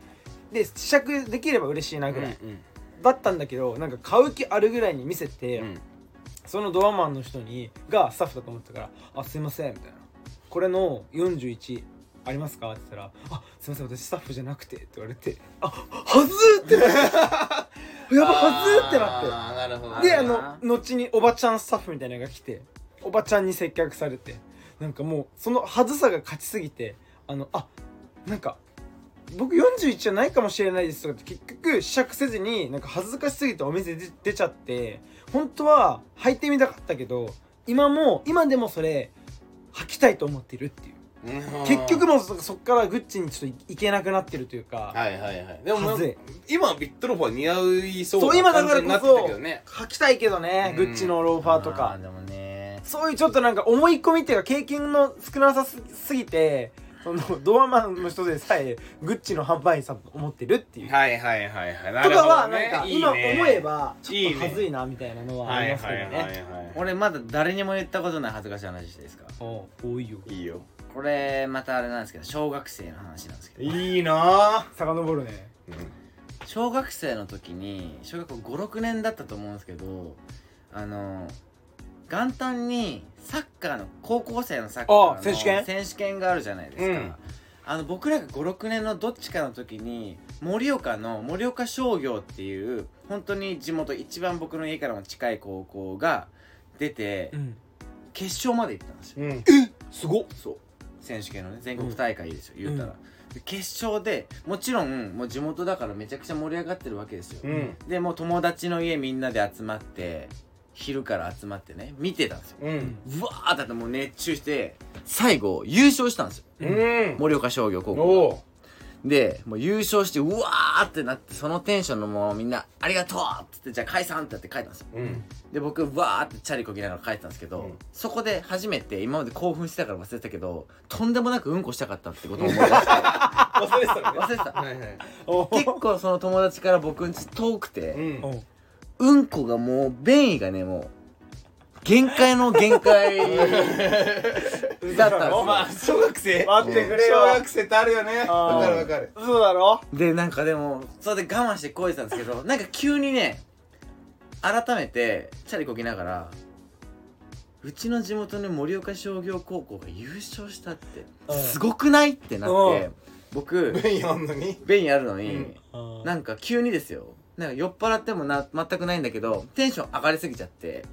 S2: で試着できれば嬉しいなぐらい、
S3: うん
S2: だったんだけどなんか買う気あるぐらいに見せて、
S3: うん
S2: そのドアマンの人にがスタッフだと思ってたから「あすいません」みたいな「これの41ありますか?」って言ったら「あすいません私スタッフじゃなくて」って言われて「あはずー!」ってなってやばはずーってなっ
S3: あーなるほど
S2: てで
S3: ね
S2: あの後におばちゃんスタッフみたいなのが来ておばちゃんに接客されてなんかもうそのはずさが勝ちすぎてあのあなんか僕41じゃないかもしれないですとかって結局試着せずになんか恥ずかしすぎてお店で出ちゃって本当は履いてみたかったけど今も今でもそれ履きたいと思ってるっていう
S3: うん
S2: 結局もうそそっからグッチにちょっと行けなくなってるというか
S3: はいはいはいでも
S2: はずい
S3: 今ビットローファー似合いそうな
S2: そう今だから
S3: 感じにな
S2: こ
S3: ってた
S2: そ
S3: けどね
S2: 履きたいけどね
S3: う
S2: グ
S3: ん
S2: ッチのローファーと
S1: あ
S2: か
S1: でもね
S2: そういうちょっとなんか思い込みっていうか経験の少なさすすぎてそのドアマンの人でさえグッチの販売員さんと思ってる っていう
S3: はいはいはいはいな
S2: と
S3: る
S2: か
S3: ほど
S2: は
S3: ね
S2: なんか
S3: いい
S2: 今思
S3: ね
S2: えばちょっと
S3: ね
S2: はずいなみたいなのはあ
S3: は
S2: り
S3: い
S2: ます
S3: は
S2: け
S3: い
S2: ど
S3: はいは
S2: ね。
S3: い
S1: 俺まだ誰にも言ったことない恥ずかしい話していいですか
S2: お多いよ。
S3: いいよ
S1: これまたあれなんですけど小学生の話なんですけど
S3: いいな
S2: 遡るね。
S3: うん
S1: 小学生の時に小学校56年だったと思うんですけどあの元旦にサッカーの高校生のサッカー
S2: あ
S1: の
S2: 選手権
S1: 選手権があるじゃないですか、
S2: うん
S1: あの僕らが56年のどっちかの時に盛岡の盛岡商業っていう本当に地元一番僕の家からも近い高校が出て
S2: うん
S1: 決勝まで行ったんですよ
S2: うんすごっ
S1: そう選手権のね全国大会ですよ、言うたら、で決勝でもちろんもう地元だからめちゃくちゃ盛り上がってるわけですよ、
S3: うん
S1: でもう友達の家みんなで集まって昼から集まってね見てたんですよ
S3: うん
S1: うわーだってもう熱中して最後優勝したんですよ
S3: うん
S1: 盛岡商業高校
S3: おう
S1: でもう優勝してうわーってなってそのテンションのもうみんな「ありがとう!」っつって「じゃあ解散!」ってやって帰ったんですよ
S3: うん
S1: で僕うわーってチャリこぎながら帰ってたんですけど、
S3: うん
S1: そこで初めて今まで興奮してたから忘れてたけどとんでもなくうんこしたかったってことを思い出して
S3: 忘れてたね
S1: 忘れてた
S3: いはい
S1: 結構その友達から僕んち遠くて、
S3: うん
S2: おう
S1: うんこがもう便意がねもう限界の限 界だったんです
S3: お
S1: よ
S3: 前 小学生
S2: 待ってくれよ
S3: 小学生ってあるよね
S2: あー
S3: わかるわかる
S2: 嘘だろ
S1: でなんかでもそれで我慢してこいてたんですけどなんか急にね改めてチャリこぎながらうちの地元の盛岡商業高校が優勝したって
S2: うん
S1: すごくないってなっ
S2: う
S1: て僕
S3: 便利あんのに
S1: ベインあるのに、
S3: うん
S1: なんか急にですよなんか酔っ払ってもな全くないんだけどテンション上がりすぎちゃって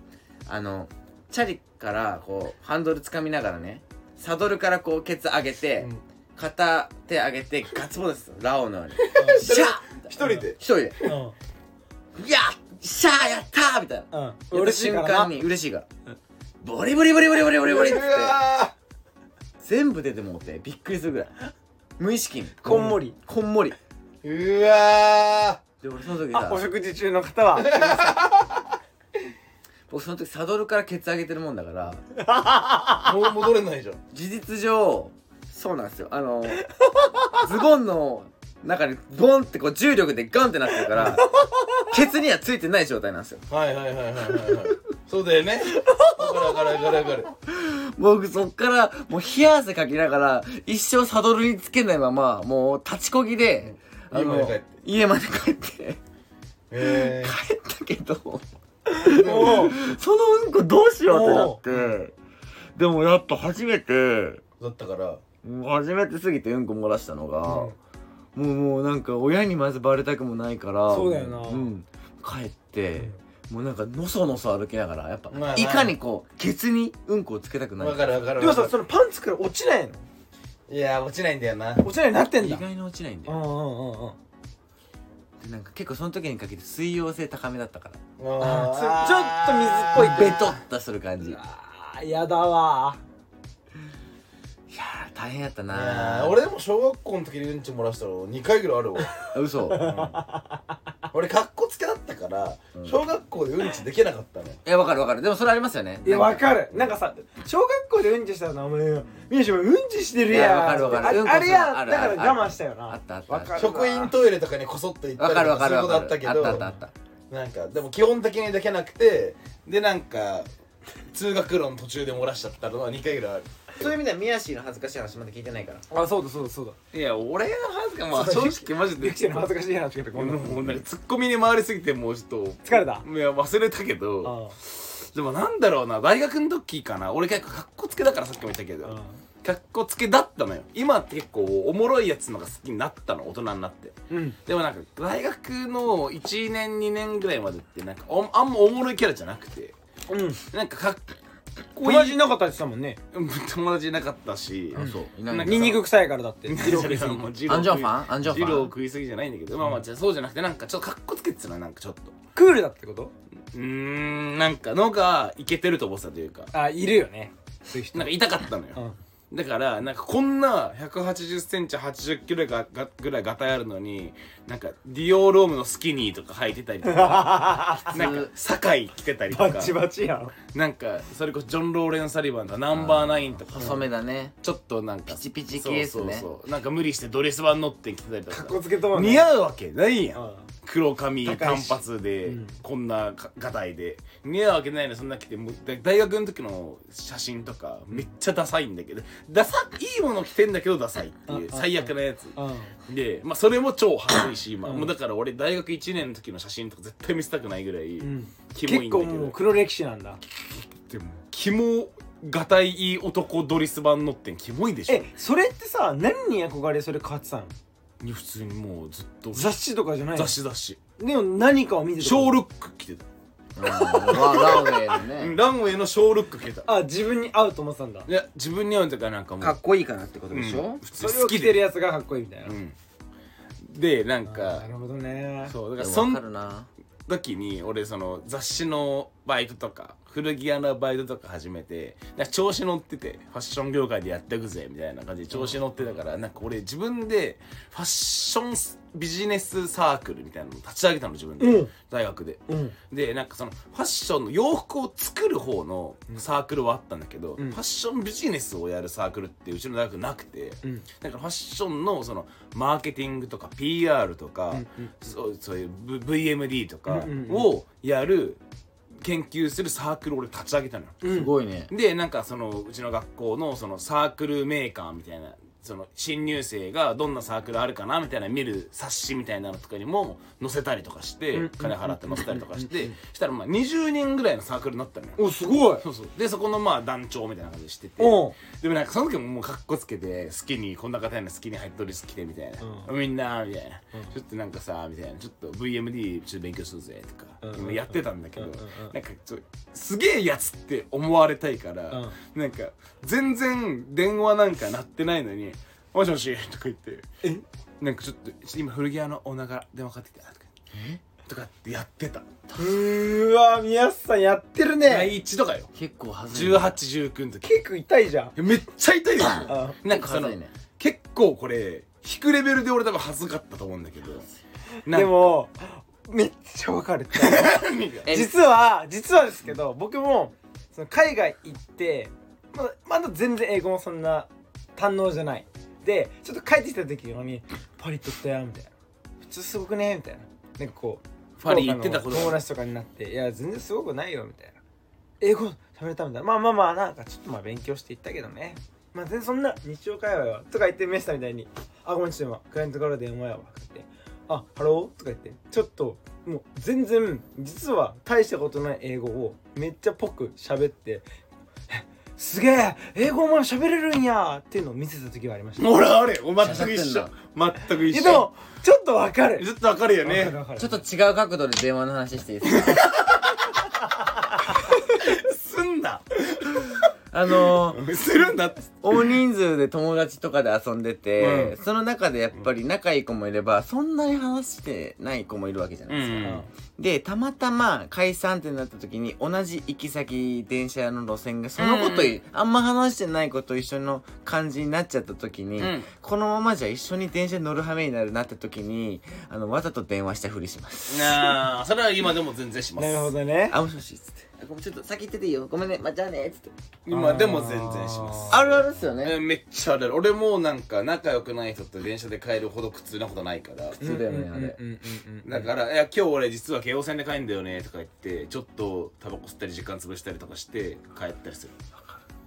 S1: あのチャリからこうハンドル掴みながらねサドルからこうケツ上げて、
S2: うん
S1: 片手上げてガッツポーズですよラオウのように
S2: う
S1: シャー
S3: 一人で
S1: 一人で
S2: うん
S1: 「いやシャーやったー!」みたいな
S2: うん
S1: やった
S2: 嬉しい
S1: 瞬
S2: から
S1: 間
S2: な
S1: に嬉しいからボリボリボリボリボリボリボリっつって
S3: うわ
S1: 全部出てもうてびっくりするぐらい無意識に
S2: こんもり
S1: こんもり
S3: ーうわ
S1: で俺その時
S2: あ
S1: さ
S2: お食事中の方は
S1: 僕その時サドルからケツ上げてるもんだから
S3: ーもう戻れないじゃん
S1: 事実上そうなんですよあのズボンの中にボンってこう重力でガンってなってるからケツにはついてない状態なんですよ
S3: はいはいはいはいはいはいそうだよねわかるわかるわかるわかる
S1: 僕そっからもう冷や汗かきながら一生サドルにつけないままもう立ちこぎで、
S3: うん
S1: あの
S3: 家まで帰って
S1: 家まで帰って
S3: え
S1: 帰ったけど
S3: ーでも
S2: もう
S1: そのうんこどうしようってなってでもやっぱ初めて
S3: だったから
S1: もう初めてすぎてうんこ漏らしたのが、もうもうなんか親にまずバレたくもないから、
S2: そうだよなん
S1: 帰って、もうなんかのそのそ歩きながらやっぱ、
S3: まあまあ
S1: いかにこうケツにうんこをつけたくない
S3: わかるわかる
S2: でも
S3: わか
S2: さ
S3: る
S2: そのパンツから落ちないの
S3: いやー落ちないんだよな
S2: 落ちないようになってん
S1: 意
S2: だ
S1: 外に落ちないんだ
S2: うん
S1: よ、
S2: うんうんうん
S1: でなんか結構その時にかけて水溶性高めだったから
S2: あーちょっと水
S1: ベ
S2: っぽい
S1: トッとする感じいや
S2: あーやだわ
S1: ー大変やった
S3: いや
S1: な
S3: ー俺でも小学校の時にうんち漏らしたの2回ぐらいあるわ
S1: あ嘘
S3: 俺かっこつけだったから
S1: うん
S3: 小学校でうんちできなかったのよ
S1: いやわかるわかるでもそれありますよね
S2: いやわ
S1: る
S2: かるなんかさ小学校でうんちしたらなお前ミュシうんちしてる
S1: い
S2: やん
S1: やわかるわかるうんこ
S2: ああれや
S1: あ
S2: だ
S1: るあ
S2: か
S1: る
S2: ら我慢したよな
S1: あったあった
S2: わかるわ
S3: 職員トイレとかにこそっと行った
S1: わ
S3: り
S1: かる
S3: と
S1: わ
S3: か
S1: か
S3: そう
S1: る
S3: い
S1: わ
S3: うこと
S1: か
S3: あっ
S1: る
S3: たけ
S1: あったあったあ
S3: ど
S1: った
S3: なんかでも基本的にできなくてでなんか通学路の途中で漏らしちゃったのは2回ぐらいある
S1: そういう意味ではミヤシーの恥ずかしい話まだ聞いてないから
S2: あそうだそうだそうだ
S3: いや俺の恥ずかま
S2: あ正
S3: 直マジ
S2: ゆきちゃんの恥ずかしい話がこんなの
S3: もうなんかツッコミに回りすぎてもうちょっと
S2: 疲れた
S3: いや忘れたけどでもなんだろうな大学の時かな俺結構かっこつけだからさっきも言ったけど、
S2: うん
S3: かっこつけだったのよ今って結構おもろいやつのが好きになったの大人になって
S2: うん
S3: でもなんか大学の1年2年ぐらいまでってなんかおあんまおもろいキャラじゃなくて
S2: うん
S3: なんかかっこ
S2: 友
S3: い
S2: 達
S3: い
S2: いなかったって言ってたもんね
S3: うん友達いなかったし
S1: あそういない
S3: なんか
S2: ニンニク臭いからだって
S3: ジロ ー食いすぎもうジロー
S1: アンジョンファンアンジョンファン
S3: ジロー食いすぎじゃないんだけどまあまあじゃあそうじゃなくてなんかちょっとかっこつけてたななんかちょっと
S2: クールだってこと
S3: うーんなんかのがいけてると思ってたというか
S2: あいるよねそういう人
S3: なんか痛かったのよ、
S2: うん
S3: だからなんかこんな1 8 0ンチ8 0キロががぐらいガタイあるのになんかディオールームのスキニーとか履いてたり と か
S2: バ
S3: なんか堺着てたりとか
S2: チバチやん
S3: なんかそれこそジョン・ローレン・サリバンとかナンバーナインとか
S1: 細めだね
S3: ちょっとなんか
S1: ピチピチ系っすね
S3: そうそうそうなんか無理してドレス版乗ってきてたりとか
S2: かっこつけとはね
S3: 似合うわけないやん
S2: うん
S3: 黒髪
S2: 高
S3: 短
S2: いし
S3: 髪で、こんなかがたいで似合うわけないのにそんな着てもうだ大学の時の写真とかめっちゃダサいんだけどダサいいもの着てんだけどダサいっていう
S2: ああ
S3: 最悪なやつ
S2: うん
S3: で、まあ、それも超恥ずいし今、
S2: うん
S3: もうだから俺大学1年の時の写真とか絶対見せたくないぐらい、
S2: うん、
S3: キモ
S2: 結
S3: いんだ
S2: 構
S3: け
S2: もう
S3: ど
S2: 黒歴史なんだ
S3: でもキモがたいいい男ドリス版のってキモいでしょ
S2: えそれってさ何に憧れそれ買ってたの
S3: いや普通にもうずっと
S2: 雑誌とかじゃないの
S3: 雑誌雑誌
S2: でも何かを見てた
S3: ショールック着てた
S1: うんまあランウェイのね
S3: ランウェイのショールック着てた
S2: あ自分に合うと思ってたんだ
S3: いや自分に合うとかなんかもう
S1: かっこいいかなってことでし
S3: う
S1: ょ
S3: ん、普通
S2: そ
S3: に
S2: れ
S3: 好
S2: を
S3: き
S2: 着てる
S3: で、
S2: やつがかっこいいみたいな
S3: うん、でなん
S2: あー
S3: か
S2: なるほどね
S3: そうだ
S1: う
S3: からそ
S1: 分か
S3: の
S1: るな
S3: 時に俺その雑誌のバイトとか古着屋のバイトとか始めてなんか調子乗っててファッション業界でやってくぜみたいな感じで調子乗ってたからなんか俺自分でファッションスビジネスサークルみたいなの立ち上げたの自分で、
S2: うん
S3: 大学で
S2: うん
S3: でなんかそのファッションの洋服を作る方のサークルはあったんだけど、
S2: ん
S3: ファッションビジネスをやるサークルってうちの大学なくて、
S2: うん
S3: だからファッションのそのマーケティングとか PR とか、
S2: うん
S3: そうそういう、v、VMD と
S2: う
S3: か
S2: んうんうん
S3: をやる研究するサークルを俺立ち上げたのよ。
S2: う
S1: す
S2: ん
S1: ごいね
S3: でなんかそのうちの学校のそのサークルメーカーみたいなその新入生がどんなサークルあるかなみたいな見る冊子みたいなのとかにも載せたりとかして、
S2: うん
S3: 金払って載せたりとかして、したらまあ20人ぐらいのサークルになったのよ。
S2: おすごい
S3: そうそうでそこのまあ団長みたいな感じしてて
S2: おう
S3: でもなんかその時ももうかっこつけて好きにこんな方やな好きに入っとり好きでみたいな、みんなみたいな、ちょっとなんかさみたいなちょっと VMD ちょっと勉強するぜとか、
S2: うん
S3: 今やってたんだけど、
S2: うんうんうん
S3: なんかちょすげえやつって思われたいから、なんか全然電話なんか鳴ってないのに「もしもし」とか言って
S2: え
S3: なんかちょっと今古着屋のオーナーから電話かかってきたとかとかってやってた
S2: うーわ宮下さんやってるね
S3: 第一とかよ
S1: 結構はずいね
S3: 1819の時
S2: 結構痛いじゃん
S3: めっちゃ痛いですよ
S2: あ
S3: なんかそ
S1: は
S3: の、
S1: ずいね
S3: 結構これ引くレベルで俺多分恥ずかったと思うんだけどなん
S2: でもめっちゃわかる
S3: 何が
S1: え
S2: 実は実はですけど僕もその海外行ってまだまだ全然英語もそんな堪能じゃないでちょっと帰ってきた時に「パリ取ったよ」みたいな「普通すごくね」みたいななんかこう
S3: パリ行ってたこと
S2: 友
S3: が
S2: 達とかになって「いや全然すごくないよ」みたいな「英語喋れた」みたいな「まあまあまあなんかちょっとまあ勉強していったけどね」まあ全然そんな日常会話よとか言ってメスたみたいに「あごめんちょっと今クライアントから電話やわ」とか言って「あハロー」とか言ってちょっともう全然実は大したことない英語をめっちゃぽく喋って「すげえ英語お前喋れるんや!」っていうのを見せた時はありました。
S3: 俺あれお全く
S1: 刺
S3: 一
S1: さっ
S3: 緒全く
S2: い
S3: 一
S2: や
S3: 緒
S2: でもちょっとわかる
S3: ちょっとわかるよ
S2: わか
S3: ね
S2: るわかる
S1: ちょっと違う角度で電話の話していいですか
S3: すんな
S1: あのー
S3: するんだっつって
S1: 大人数で友達とかで遊んでて、
S3: う
S1: その中でやっぱり仲いい子もいればそんなに話してない子もいるわけじゃないですか、
S3: うん
S1: でたまたま解散ってなった時に同じ行き先電車の路線がそのこと、
S3: うん
S1: あんま話してない子と一緒の感じになっちゃった時に、
S3: うん
S1: このままじゃ一緒に電車に乗る羽目になるなって時にあのわざと電話したふりします
S3: なあそれは今でも全然します
S2: なるほどね
S1: あもしもしっつってあごめんちょっと先行ってていいよごめんねまあ、じゃあねっつって
S3: 今でも全然します
S1: あるあるっすよ
S3: え
S1: ね
S3: めっちゃある俺もなんか仲良くない人と電車で帰るほど苦痛なことないから
S1: 普通だよねあれ、
S2: うんうんうんうん
S3: だから「いや今日俺実は京王線で帰るんだよね」とか言ってちょっとタバコ吸ったり時間潰したりとかして帰ったりする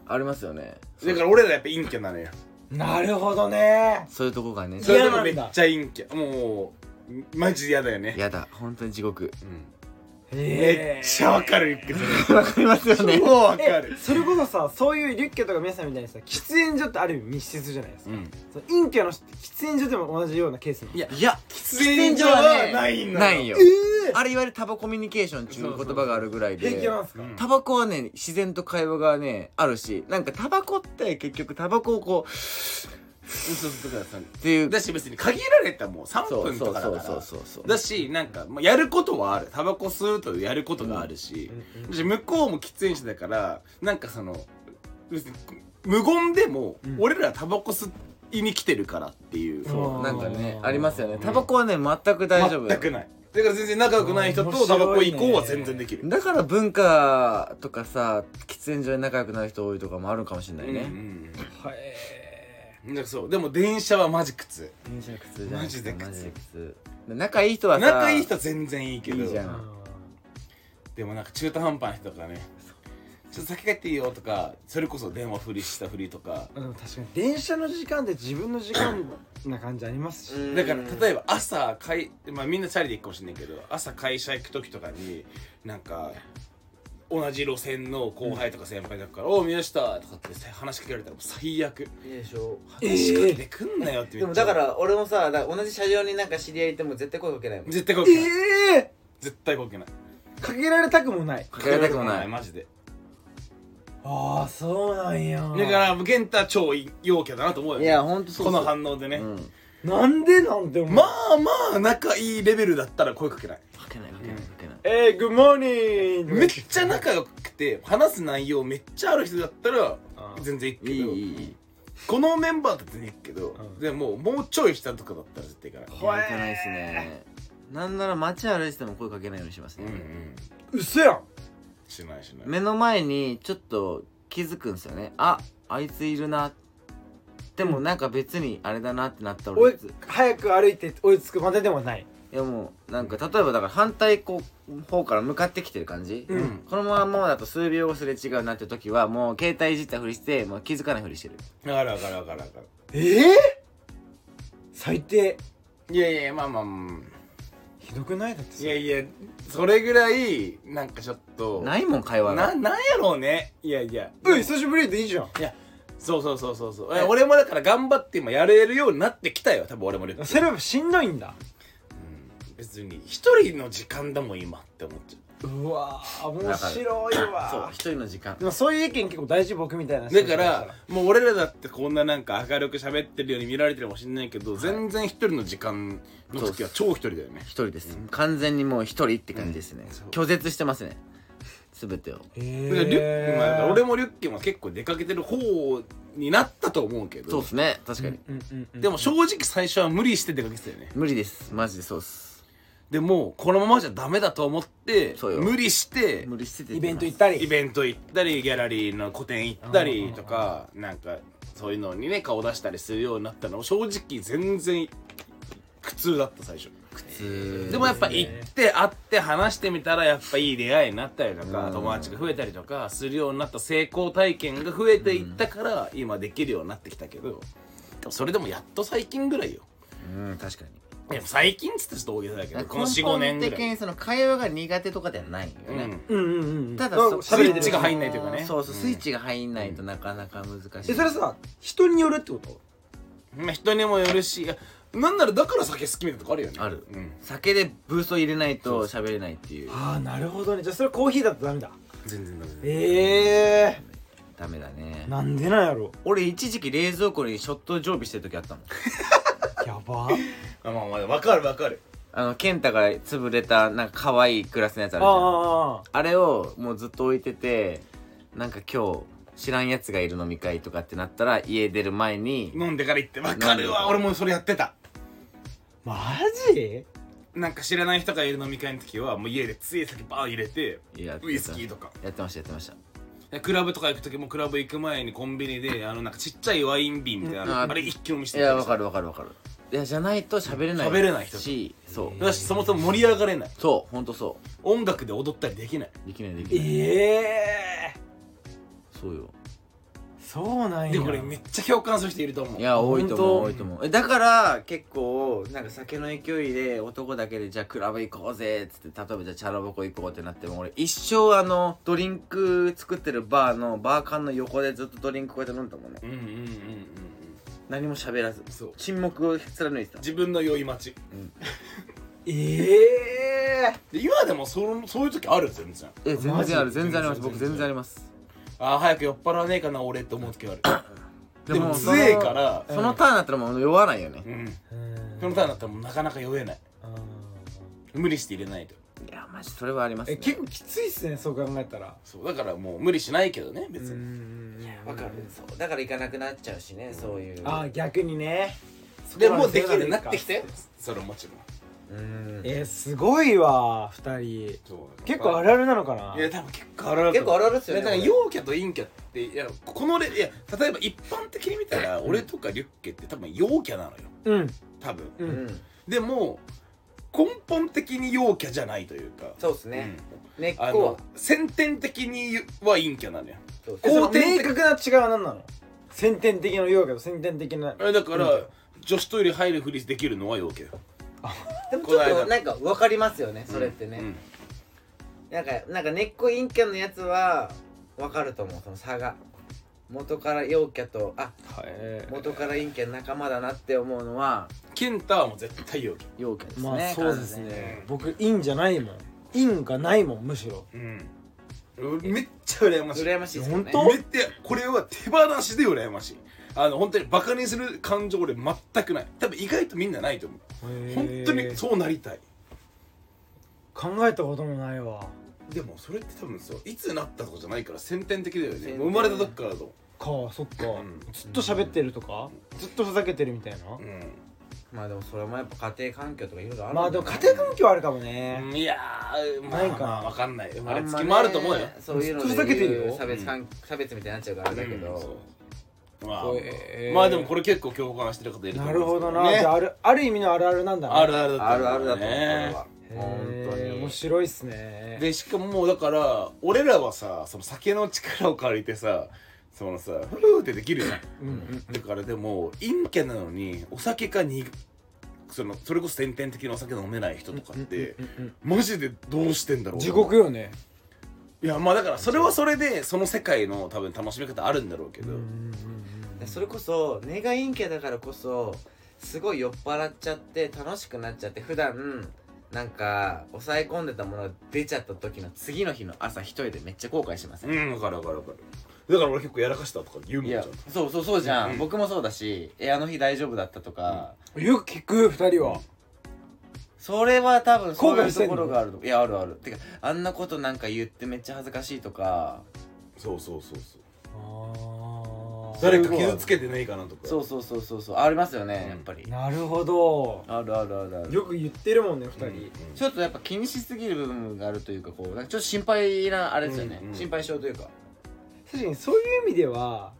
S1: ありますよね
S3: だから俺らやっぱ陰キャなのよ
S2: なるほどね
S1: そういうとこがね
S3: それでも
S2: 嫌な
S3: めっ
S2: んだ
S3: ちゃ陰キャもうマジで嫌だよね
S1: やだ本当に地獄
S3: うんめ
S2: め
S3: っちゃわかるユッケそ
S1: わかりますよ
S3: れ
S1: ね
S3: もうわかる
S2: それこそさそういうリュッケとか皆さんみたいにさ喫煙所ってある意味密室じゃないです
S3: う
S2: か、
S3: ん
S2: その陰キャの人って喫煙所でも同じようなケースなの
S3: いや
S1: いや
S3: 喫煙所はないのよ
S1: ないよ
S2: え
S1: あれいわゆるタバコミュニケーションっていう言葉があるぐらい
S2: ー、平気
S1: で
S2: なんすか、
S3: うん
S1: タバコはね自然と会話がねあるしなんかタバコって結局タバコをこう
S3: そうそうだからさ
S1: っていう
S3: だし別に限られたもう3
S1: そう
S3: 分
S1: そ
S3: と
S1: う
S3: かだ
S1: そう
S3: か
S1: そう
S3: ら
S1: そうそう
S3: だしなんか、まあ、やることはあるタバコ吸うとやることがあるし、
S2: うん
S3: だし向こうも喫煙者だからなんかその別に無言でも、
S2: うん
S3: 俺らタバコ吸いに来てるからっていう
S2: そう
S1: なんかね
S2: うん
S1: ありますよねタバコはね全く大丈夫
S3: 全くないだから全然仲良くない人
S2: うん
S3: と
S2: 面
S3: タ
S2: 白いね
S3: バコ以降は全然できる、
S1: だから文化とかさ喫煙所で仲良くなる人多いとかもあるかもしれない
S3: うん
S1: ね
S2: はいえ
S3: うんだからそうでも電車はマジ苦痛
S1: 電車苦痛じゃない
S3: マジで苦痛
S1: マジで苦痛仲いい人はさ
S3: 仲いい人は全然いいけど
S1: いいじゃ
S2: ー
S1: ん
S3: でもなんか中途半端な人とかねちょっと先帰っていいよ」とかそれこそ電話ふりしたふりとか
S2: でも確かに電車の時間って自分の時間な感じありますし、
S3: だから例えば朝かい、まあ、みんなチャリで行くかもしれないけど朝会社行く時とかになんか同じ路線の後輩とか先輩だから「おお宮下」とかって話しかけられたらもう最悪
S1: いいでしょ
S2: えー
S3: 話しかけてくんなよってめ
S1: で
S3: っちゃ
S1: もだから俺もさだから同じ車両になんか知り合いいても絶対声かけないもん
S3: 絶対こけない
S2: ええ
S3: 絶対こけない
S2: ー、かけられたくもない
S1: かけられたくもない
S3: マジで
S2: ああそうなんや
S3: だから健太は超陽キャだなと思うよ
S1: いやほんとそう
S3: この反応でね、
S1: うん
S2: なんでなんでお前
S3: まあまあ仲いいレベルだったら声かけない
S1: かけないかけないかけない
S2: えー、グッモーニング
S3: めっちゃ仲良くて話す内容めっちゃある人だったら
S2: あー
S3: 全然いいけど
S1: いいいいいい
S3: このメンバーだったらいいけど、
S2: うん
S3: でももうちょい下とかだったら絶対いかない、
S1: いやいかないですねなんなら街歩いてても声かけないようにします
S3: う
S1: ね、
S3: んうん
S2: うそやん
S3: しないしない
S1: 目の前にちょっと気づくんですよねああいついるなでもなんか別にあれだなってなったら
S2: 追
S1: 俺
S2: い早く歩いて追いつくまでではない
S1: いやもうなんか例えばだから反対こう方から向かってきてる感じ、
S2: うん
S1: このままだと数秒後すれ違うなって時はもう携帯いじったふりしてもう気づかないふりしてる
S3: わかるわかるわかるわか
S2: ええ最低
S3: るいやいやまあまあまあ
S2: ひどくないだってそ
S3: い
S2: れ
S3: やいやそれぐらいなんかちょっと
S1: ないもん会話が
S3: ななんやろうねいやいや
S2: うん久しぶりでいいじゃん
S3: いやそうそうそうそうそう、え俺もだから頑張って今やれるようになってきたよ多分俺もね
S2: それはしんどいんだ
S3: うん別に一人の時間だもん今って思っちゃ
S2: うわー面白い
S1: そう
S2: わ
S1: 一人の時間
S2: でもそういう意見結構大事僕みたいな
S3: うだからもう俺らだってこんななんか明るく喋ってるように見られてるかもしれないけど、全然一人の時間の時は超一人だよね
S1: 一人です、完全にもう一人って感じですね、
S3: そう
S1: 拒絶してますね全てを
S2: え
S3: だからリュックもだから俺
S2: も
S3: もリュッケも結構出かけてる方になったと思うけど
S1: そうっすね確かに、
S3: でも正直最初は無理して出かけてたよね
S1: 無理ですマジでそうっす
S3: でもこのままじゃダメだと思って
S1: そうよ
S3: 無理して
S1: 無理してて
S2: イベント行っ
S1: った
S2: り
S3: イベント行ったりギャラリーの個展行ったりとかなんかそういうのにね顔出したりするようになったのも正直全然苦痛だった最初でもやっぱ行って会って話してみたらやっぱいい出会いになったりとか友達が増えたりとかするようになった成功体験が増えていったから今できるようになってきたけどでもそれでもやっと最近ぐらいよ
S1: うん確かに
S3: でも最近っつってちょっと大げさだけ
S1: だ
S3: ど
S1: から
S3: この45年ぐ
S1: 根本
S3: ら
S1: 的
S3: い
S1: にその会話が苦手とかではないよ
S3: う
S1: ね、
S3: ん
S2: うんうんうん
S1: ただ
S2: そ
S1: そうう
S3: スイッ
S2: る
S3: チが入んないというかね
S1: そうそう
S3: うん
S1: スイッチが入んないとなかなか難しい、
S2: えそれさ人によるってこと
S3: まあ人にもよるしいやなんならだから酒好きみたいなとこあるよね
S1: ある
S3: うん
S1: 酒でブースト入れないと喋れないっていう
S2: ああなるほどねじゃあそれコーヒーだとダメだ
S3: 全然ダメだ
S2: ええ
S1: ダメだね
S2: なんでなんやろ
S1: 俺一時期冷蔵庫にショット常備してる時あったもん
S2: や ば
S3: あまあまあわかるわかる
S1: あの健太が潰れたなんか可愛いグラスのやつあるじゃん
S2: ああ
S1: あれをもうずっと置いててなんか今日知らんやつがいる飲み会とかってなったら家出る前に
S3: 飲んでから行ってわかるわ俺もそれやってた
S2: マジ
S3: なんか知らない人がいる飲み会の時はもう家でつい酒バーン入れて
S1: やってた
S3: ウイスキーとか
S1: やってましたやってました
S3: でクラブとか行く時もクラブ行く前にコンビニであのなんかちっちゃいワイン瓶みたいな
S1: うん
S3: あれ一気飲みして
S1: い
S3: たり
S1: やわかるわかるわかるいやじゃないと喋れない
S3: 喋れない人
S1: しそう
S3: だしそもそも盛り上がれない
S1: そうほんとそ
S3: 音楽で踊ったりできないう
S1: できないできない
S2: ええ
S1: そうよ
S2: そうなんや
S3: でこれめっちゃ共感する人いると思う
S1: いや多いと思
S2: ほ
S1: う多
S2: んと
S1: いと思うえだから結構なんか酒の勢いで男だけでじゃあクラブ行こうぜっつって例えばじゃあチャラボコ行こうってなっても俺一生あのドリンク作ってるバーのバー缶の横でずっとドリンクこうやって飲んだもんね
S3: うんうんうんうんうん
S1: 何も喋らず
S3: そう
S1: 沈黙を貫いてた
S3: 自分の酔い待ち
S2: ええ
S3: で今でもそのそういう時ある全然
S1: え全然ある全然あります
S3: 全然
S1: 僕全
S3: 全然
S1: 然あります
S3: あー早く酔っ払わねえかな俺って思う時あるでも
S1: その
S3: 強えから
S1: そのターンだったらもう酔わないよね
S3: うん
S2: うん
S3: そのターンだったらもうなかなか酔えない
S2: うん
S3: 無理して入れないと
S1: いやマジそれはあります
S2: え
S1: ね
S2: 結構きついっすねそう考えたら
S3: そうだからもう無理しないけどね別に
S2: いや
S1: そうだから行かなくなっちゃうしねそういう
S2: ああ逆にね
S3: でもうできるようになってき
S2: て
S3: たよそれもちろん
S1: うん
S2: えー、すごいわ二人
S3: そう
S2: 結構あるあるなのかない
S3: や多分結構あるある
S1: 結構あるあるっす
S3: い
S1: よ
S3: や
S1: ね
S3: だから
S1: これ
S3: 陽キャと陰キャっていやこのレいや例えば一般的に見たら俺とかリュッケって多分陽キャなのよ
S2: うん
S3: 多分
S2: う
S1: うんん
S3: でも根本的に陽キャじゃないというか
S1: そうですね、根っ
S3: うんあ
S1: こは
S3: の先天的には陰キャなのよ
S1: そうっす
S2: そ
S1: ね
S2: の
S3: 肯
S2: 明
S3: 定的
S2: 確な違いは何なの先天的な陽キャと先天的な
S3: えだから、
S2: うん
S3: 女子トイレ入るふりできるのは陽キャよ
S1: でもち
S3: こ
S1: ょ
S3: の
S1: っと
S3: 間
S1: なんか分かりますよねそれってね、
S3: うん
S1: なんかなんか根っこ陰キャのやつは分かると思うその差が元から陽キャとあ
S2: はい
S1: 元から陰キャの仲間だなって思うのは
S3: ケンタはもう絶対陽キャ
S1: 陽キャですね
S2: まあそうです
S1: 完全に
S2: ね僕陰じゃないもん陰がないもんむしろ
S3: うんうんめっちゃ羨ましい
S1: 羨ましいですよね
S2: 本
S3: めっちゃこれは手放しで羨ましいあの本当にバカにする感情俺全くない多分意外とみんなないと思う本当にそうなりたい
S2: 考えたこともないわ
S3: でもそれって多分そういつなったとかじゃないから先天的だよ
S1: 先
S3: ね
S1: 天
S3: 生まれた時からだと
S2: かそっか、
S3: うん
S2: ずっと喋ってるとか、ずっとふざけてるみたいな、
S3: 思う、
S1: まあでもそれもやっぱ家庭環境とかいろいろあるんだ
S2: まあでも家庭環境はあるかもね、
S3: うんいやーま
S2: な
S3: あ
S2: いか
S3: まあわかんない生ま
S1: あ
S3: れ
S1: ん
S3: つ
S1: ま
S3: き
S1: ね
S3: もあると思うよ
S1: そういうの
S2: ずっとふざけてるよ
S1: で言う差別,、差別みたいになっちゃうからあれだけど、
S3: うんそうまあ
S2: こうえー
S3: まあでもこれ結構共感してる方いると
S2: な
S3: 思
S2: るほ
S3: うんですけ
S2: どな、
S3: ね
S2: じゃああるある意味のあるあるなんだね
S3: あるあるだと思う
S1: あるあるだと思うこれ
S3: ね
S1: は
S2: へー
S1: 本当
S2: 面
S1: に
S2: 白いっすね
S3: でしかももうだから俺らはさその酒の力を借りてさそのさフーってできるじゃん
S2: うんうん
S3: だからでも陰キャなのにお酒かにそのそれこそ先天的にお酒飲めない人とかって
S2: うんうん
S3: マジでどうしてんだろう
S2: 地獄よね
S3: いやまあだからそれはそれでその世界の多分楽しみ方あるんだろうけ
S2: うん
S3: ど、
S2: うんうん
S1: それこそ根が陰キャだからこそすごい酔っ払っちゃって楽しくなっちゃって普段なんか抑え込んでたものが出ちゃった時の次の日の朝一人でめっちゃ後悔しません、
S3: うん分かる分かる分かるだから俺結構やらかしたとか言うもん
S1: い
S3: じゃ
S1: や
S3: ん
S1: そうそうそうじゃん、
S3: うん
S1: 僕もそうだしえあの日大丈夫だったとか、
S2: よく聞く二人は
S1: それは多分そう
S2: 後
S1: い
S2: 悔
S1: う
S2: して
S1: と
S2: んの
S1: ころがあるといやあるあるてかあんなことなんか言ってめっちゃ恥ずかしいとか
S3: そうそうそうそう
S2: あー
S3: 誰か傷つけてないかなとか
S1: そうそうそうそうそうありますよね、
S3: うん
S1: やっぱり
S2: なるほど
S1: あるあるあるある
S2: よく言ってるもんね二
S3: うん
S2: 人
S1: ちょっとやっぱ気にしすぎる部分があるというかこうなんかちょっと心配なあれですよね、
S3: うんうん
S1: 心配性というか
S2: 確かにそういう意味では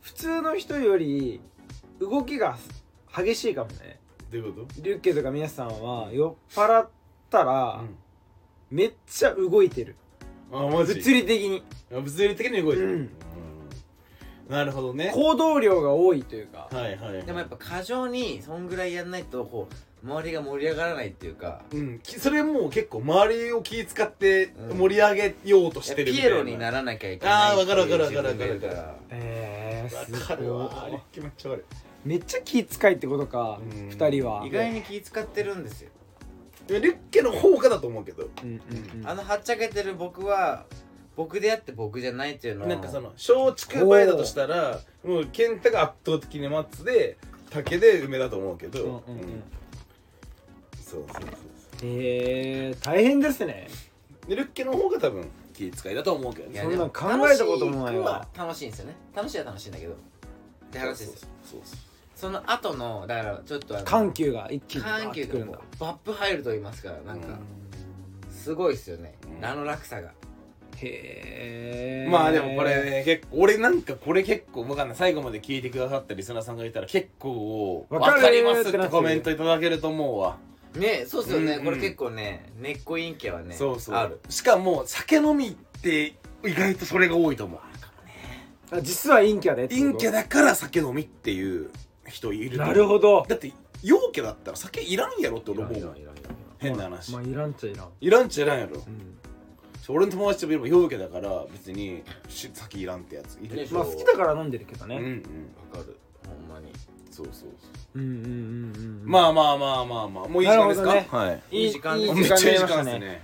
S2: 普通の人より動きが激しいかもね
S3: どういうこと
S2: リュッケとか皆さんは酔っ払ったら
S3: あ
S2: めっちゃ動いてる
S3: マジ
S2: 物理的に
S3: 物理的に動いてる、
S2: うん
S3: うんなるほどね
S2: 行動量が多いというか
S3: はいはいはい
S1: でもやっぱ過剰にそんぐらいやんないとこう周りが盛り上がらないっていうか
S3: うん、きそれもう結構周りを気遣って
S1: うん
S3: 盛り上げようと
S1: い
S3: し
S1: や
S3: てるみ
S1: ピ
S3: たい
S1: エ
S3: な、
S1: ロにならなきゃいけな
S3: あ
S1: い
S3: ーわかるわかるわかる
S1: っていう自分がい
S3: わかるわかる
S2: えー、
S3: わかるわあ
S2: すごい
S3: れ気持ち悪い
S2: めっちゃ気遣いってことか
S3: うん
S2: 二人は
S1: 意外に気使ってるんですよ
S3: いやリュッケの方がだと思うけど
S2: うんうんうん
S1: あのはっちゃけてる僕は僕であって僕じゃないっていうのを
S3: なんかその松竹梅だとしたらもう健太が圧倒的に松で竹で梅だと思うけど、
S2: うんうんうん
S3: そうそうそうそ
S2: えー、大変ですね
S3: うでリュッケの方が多分気遣いだと思うけど
S1: い
S3: ね
S1: や
S2: そん
S1: で
S2: な
S1: も
S2: ん考えたこともないわ
S1: 楽しいは楽しいんですよね楽しいは楽しいんだけどって話ですよ
S3: そうそう
S1: その後のだからちょっとあの
S2: 緩急が一気に
S1: 緩急
S2: くる
S1: が
S2: ん
S1: もう
S2: だ
S1: バップ入ると言いますからなん
S3: う
S1: か
S3: ん
S1: すごいですよね、
S3: うん
S1: あの落差が
S2: へえ
S3: まあでもこれね結構俺なんかこれ結構わかんない最後まで聞いてくださったリスナーさんがいたら結構
S2: わ
S3: わ
S2: かる
S3: かります
S2: っ
S3: ってて
S2: なってる
S3: コメントいただけると思うわ、
S1: ねそうですよね、
S3: うんうん
S1: これ結構ね根っこ陰キャはね
S3: そうそう
S1: ある
S3: しかも酒飲みって意外とそれが多いと思う
S2: あ実は陰キャでってこと
S3: 陰キャだから酒飲みっていう人いると思
S2: な
S3: う
S2: るほど
S3: だって陽キャだったら酒いらんやろって俺思うわ
S1: いらんいらんいらんい
S3: 変な話、
S2: まあいらんちゃいらん、
S3: いらんちゃいらんやろ
S2: うん、
S3: 俺の友達でも陽キャだから別にし酒いらんってやついる
S1: ね
S2: まあ好きだから飲んでるけど
S3: うんう
S2: ね、
S3: ん
S1: らんわかるほんまに
S3: そうそうそう
S2: うん、うんうんうんうん
S3: まあまあまあまあまあもういい時間ですか、
S2: なるほ
S3: はい
S1: いい時間です
S3: あ
S1: い
S3: めっちゃいい時間
S2: にな
S3: です
S2: りまし
S3: ね。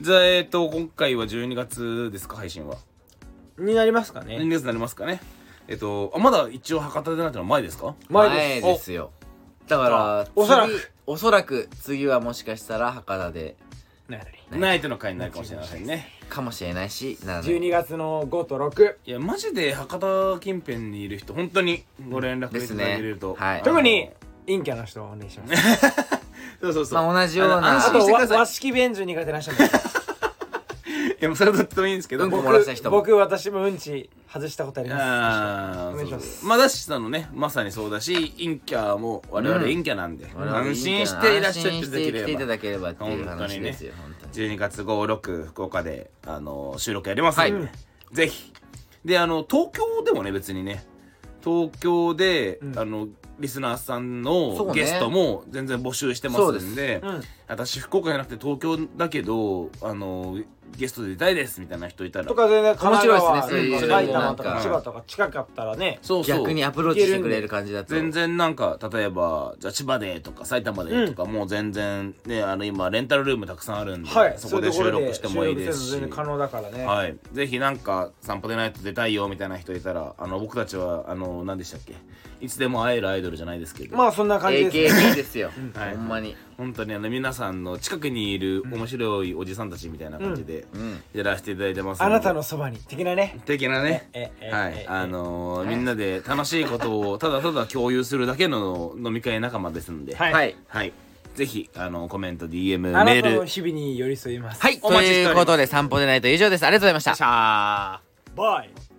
S3: じゃあ、えっ、と、今回は12月ですか、配信は。
S2: たねになりますか
S3: 12
S2: ね
S3: 月になりますかね。えっ、と、あ、まだ一応博多でなってのは前ですか
S2: 前です
S1: よだから
S2: おおそらく
S1: 次おそらく次はもしかしたら博多で
S2: おなる
S1: ない
S3: ないとの回になるかもしれませんね。
S1: かもしれないしならない
S2: 12月の5と6
S3: いや、マジで博多近辺にいる人、本当にご連絡いただけると。
S1: ですねはい
S3: あの
S2: 特に陰キャの人をお願いします
S3: そうそうそう。
S1: まあ同じような
S3: あの安
S2: あ
S3: 心
S2: と
S3: してく
S2: わ
S3: ださい
S2: 和。式便所苦手な人も
S3: やもうそれどっち でもいいんですけど、
S1: うんこ
S3: 僕
S1: 漏らした人も
S2: 僕私もうんち外したことありま
S3: あー
S2: お願いします
S3: そうまあだしさんのねまさにそうだし陰キャも我々陰キャなんで、
S1: 我々
S3: 安心していらっしゃってい
S1: 安
S3: た
S1: 心して来ていた
S3: だければ
S1: だければっていう話ですよ本当に,、
S3: 12月56福岡であの収録やりますん
S1: は
S3: で、
S1: い
S3: ぜひであの東京でもね別にね東京で、
S2: うん
S3: あのリスナーさん
S1: そう
S3: の
S1: ね
S3: ゲストも全然募集してますんで
S1: そう
S2: すうん
S3: 私福岡じゃなくて東京だけどあのゲストで出たいですみたいな人いたら
S2: とか全然神奈川
S1: 面白いです
S3: ねそういう
S2: 埼玉と
S3: なん
S2: か
S3: か
S2: 千葉とか近かったらね
S3: そうそう
S1: 逆にアプローチしてくれる感じだと
S3: 全然なんか例えばじゃあ千葉でとか埼玉でとか、もう全然ねあの今レンタルルームたくさんあるんで、
S2: はい
S3: そこで
S2: うい
S3: 収
S2: うと
S3: 録してもいいですし
S2: 収録全然可能だからね
S3: はい、ぜひなんか「散歩でないと出たいよ」みたいな人いたらあの僕たちはあの何でしたっけいつでも会えるアイドルじゃないですけど、
S2: まあそんな感じですね
S1: AKB ですよ、
S3: はい
S1: ほんまに、
S3: 本当にあの皆さんの近くにいる面白いおじさんたちみたいな感じで
S1: うん、
S3: やらせていただいてます
S2: あなたの
S3: の
S2: そばに的なね
S3: 的なね
S2: えええ
S3: はい
S2: え
S3: あのーみんなで楽しいことをただただ共有するだけの飲み会仲間ですんで
S2: は
S3: はいい、
S1: はい
S3: ぜひあのコメント DM メ
S2: あなた
S3: ー
S2: の
S3: ル
S2: 日々に寄り添います
S1: はい
S3: お
S1: と
S3: 待ちしております
S1: いうことで散歩でないと以上ですありがとうございました
S3: しゃー
S2: バイ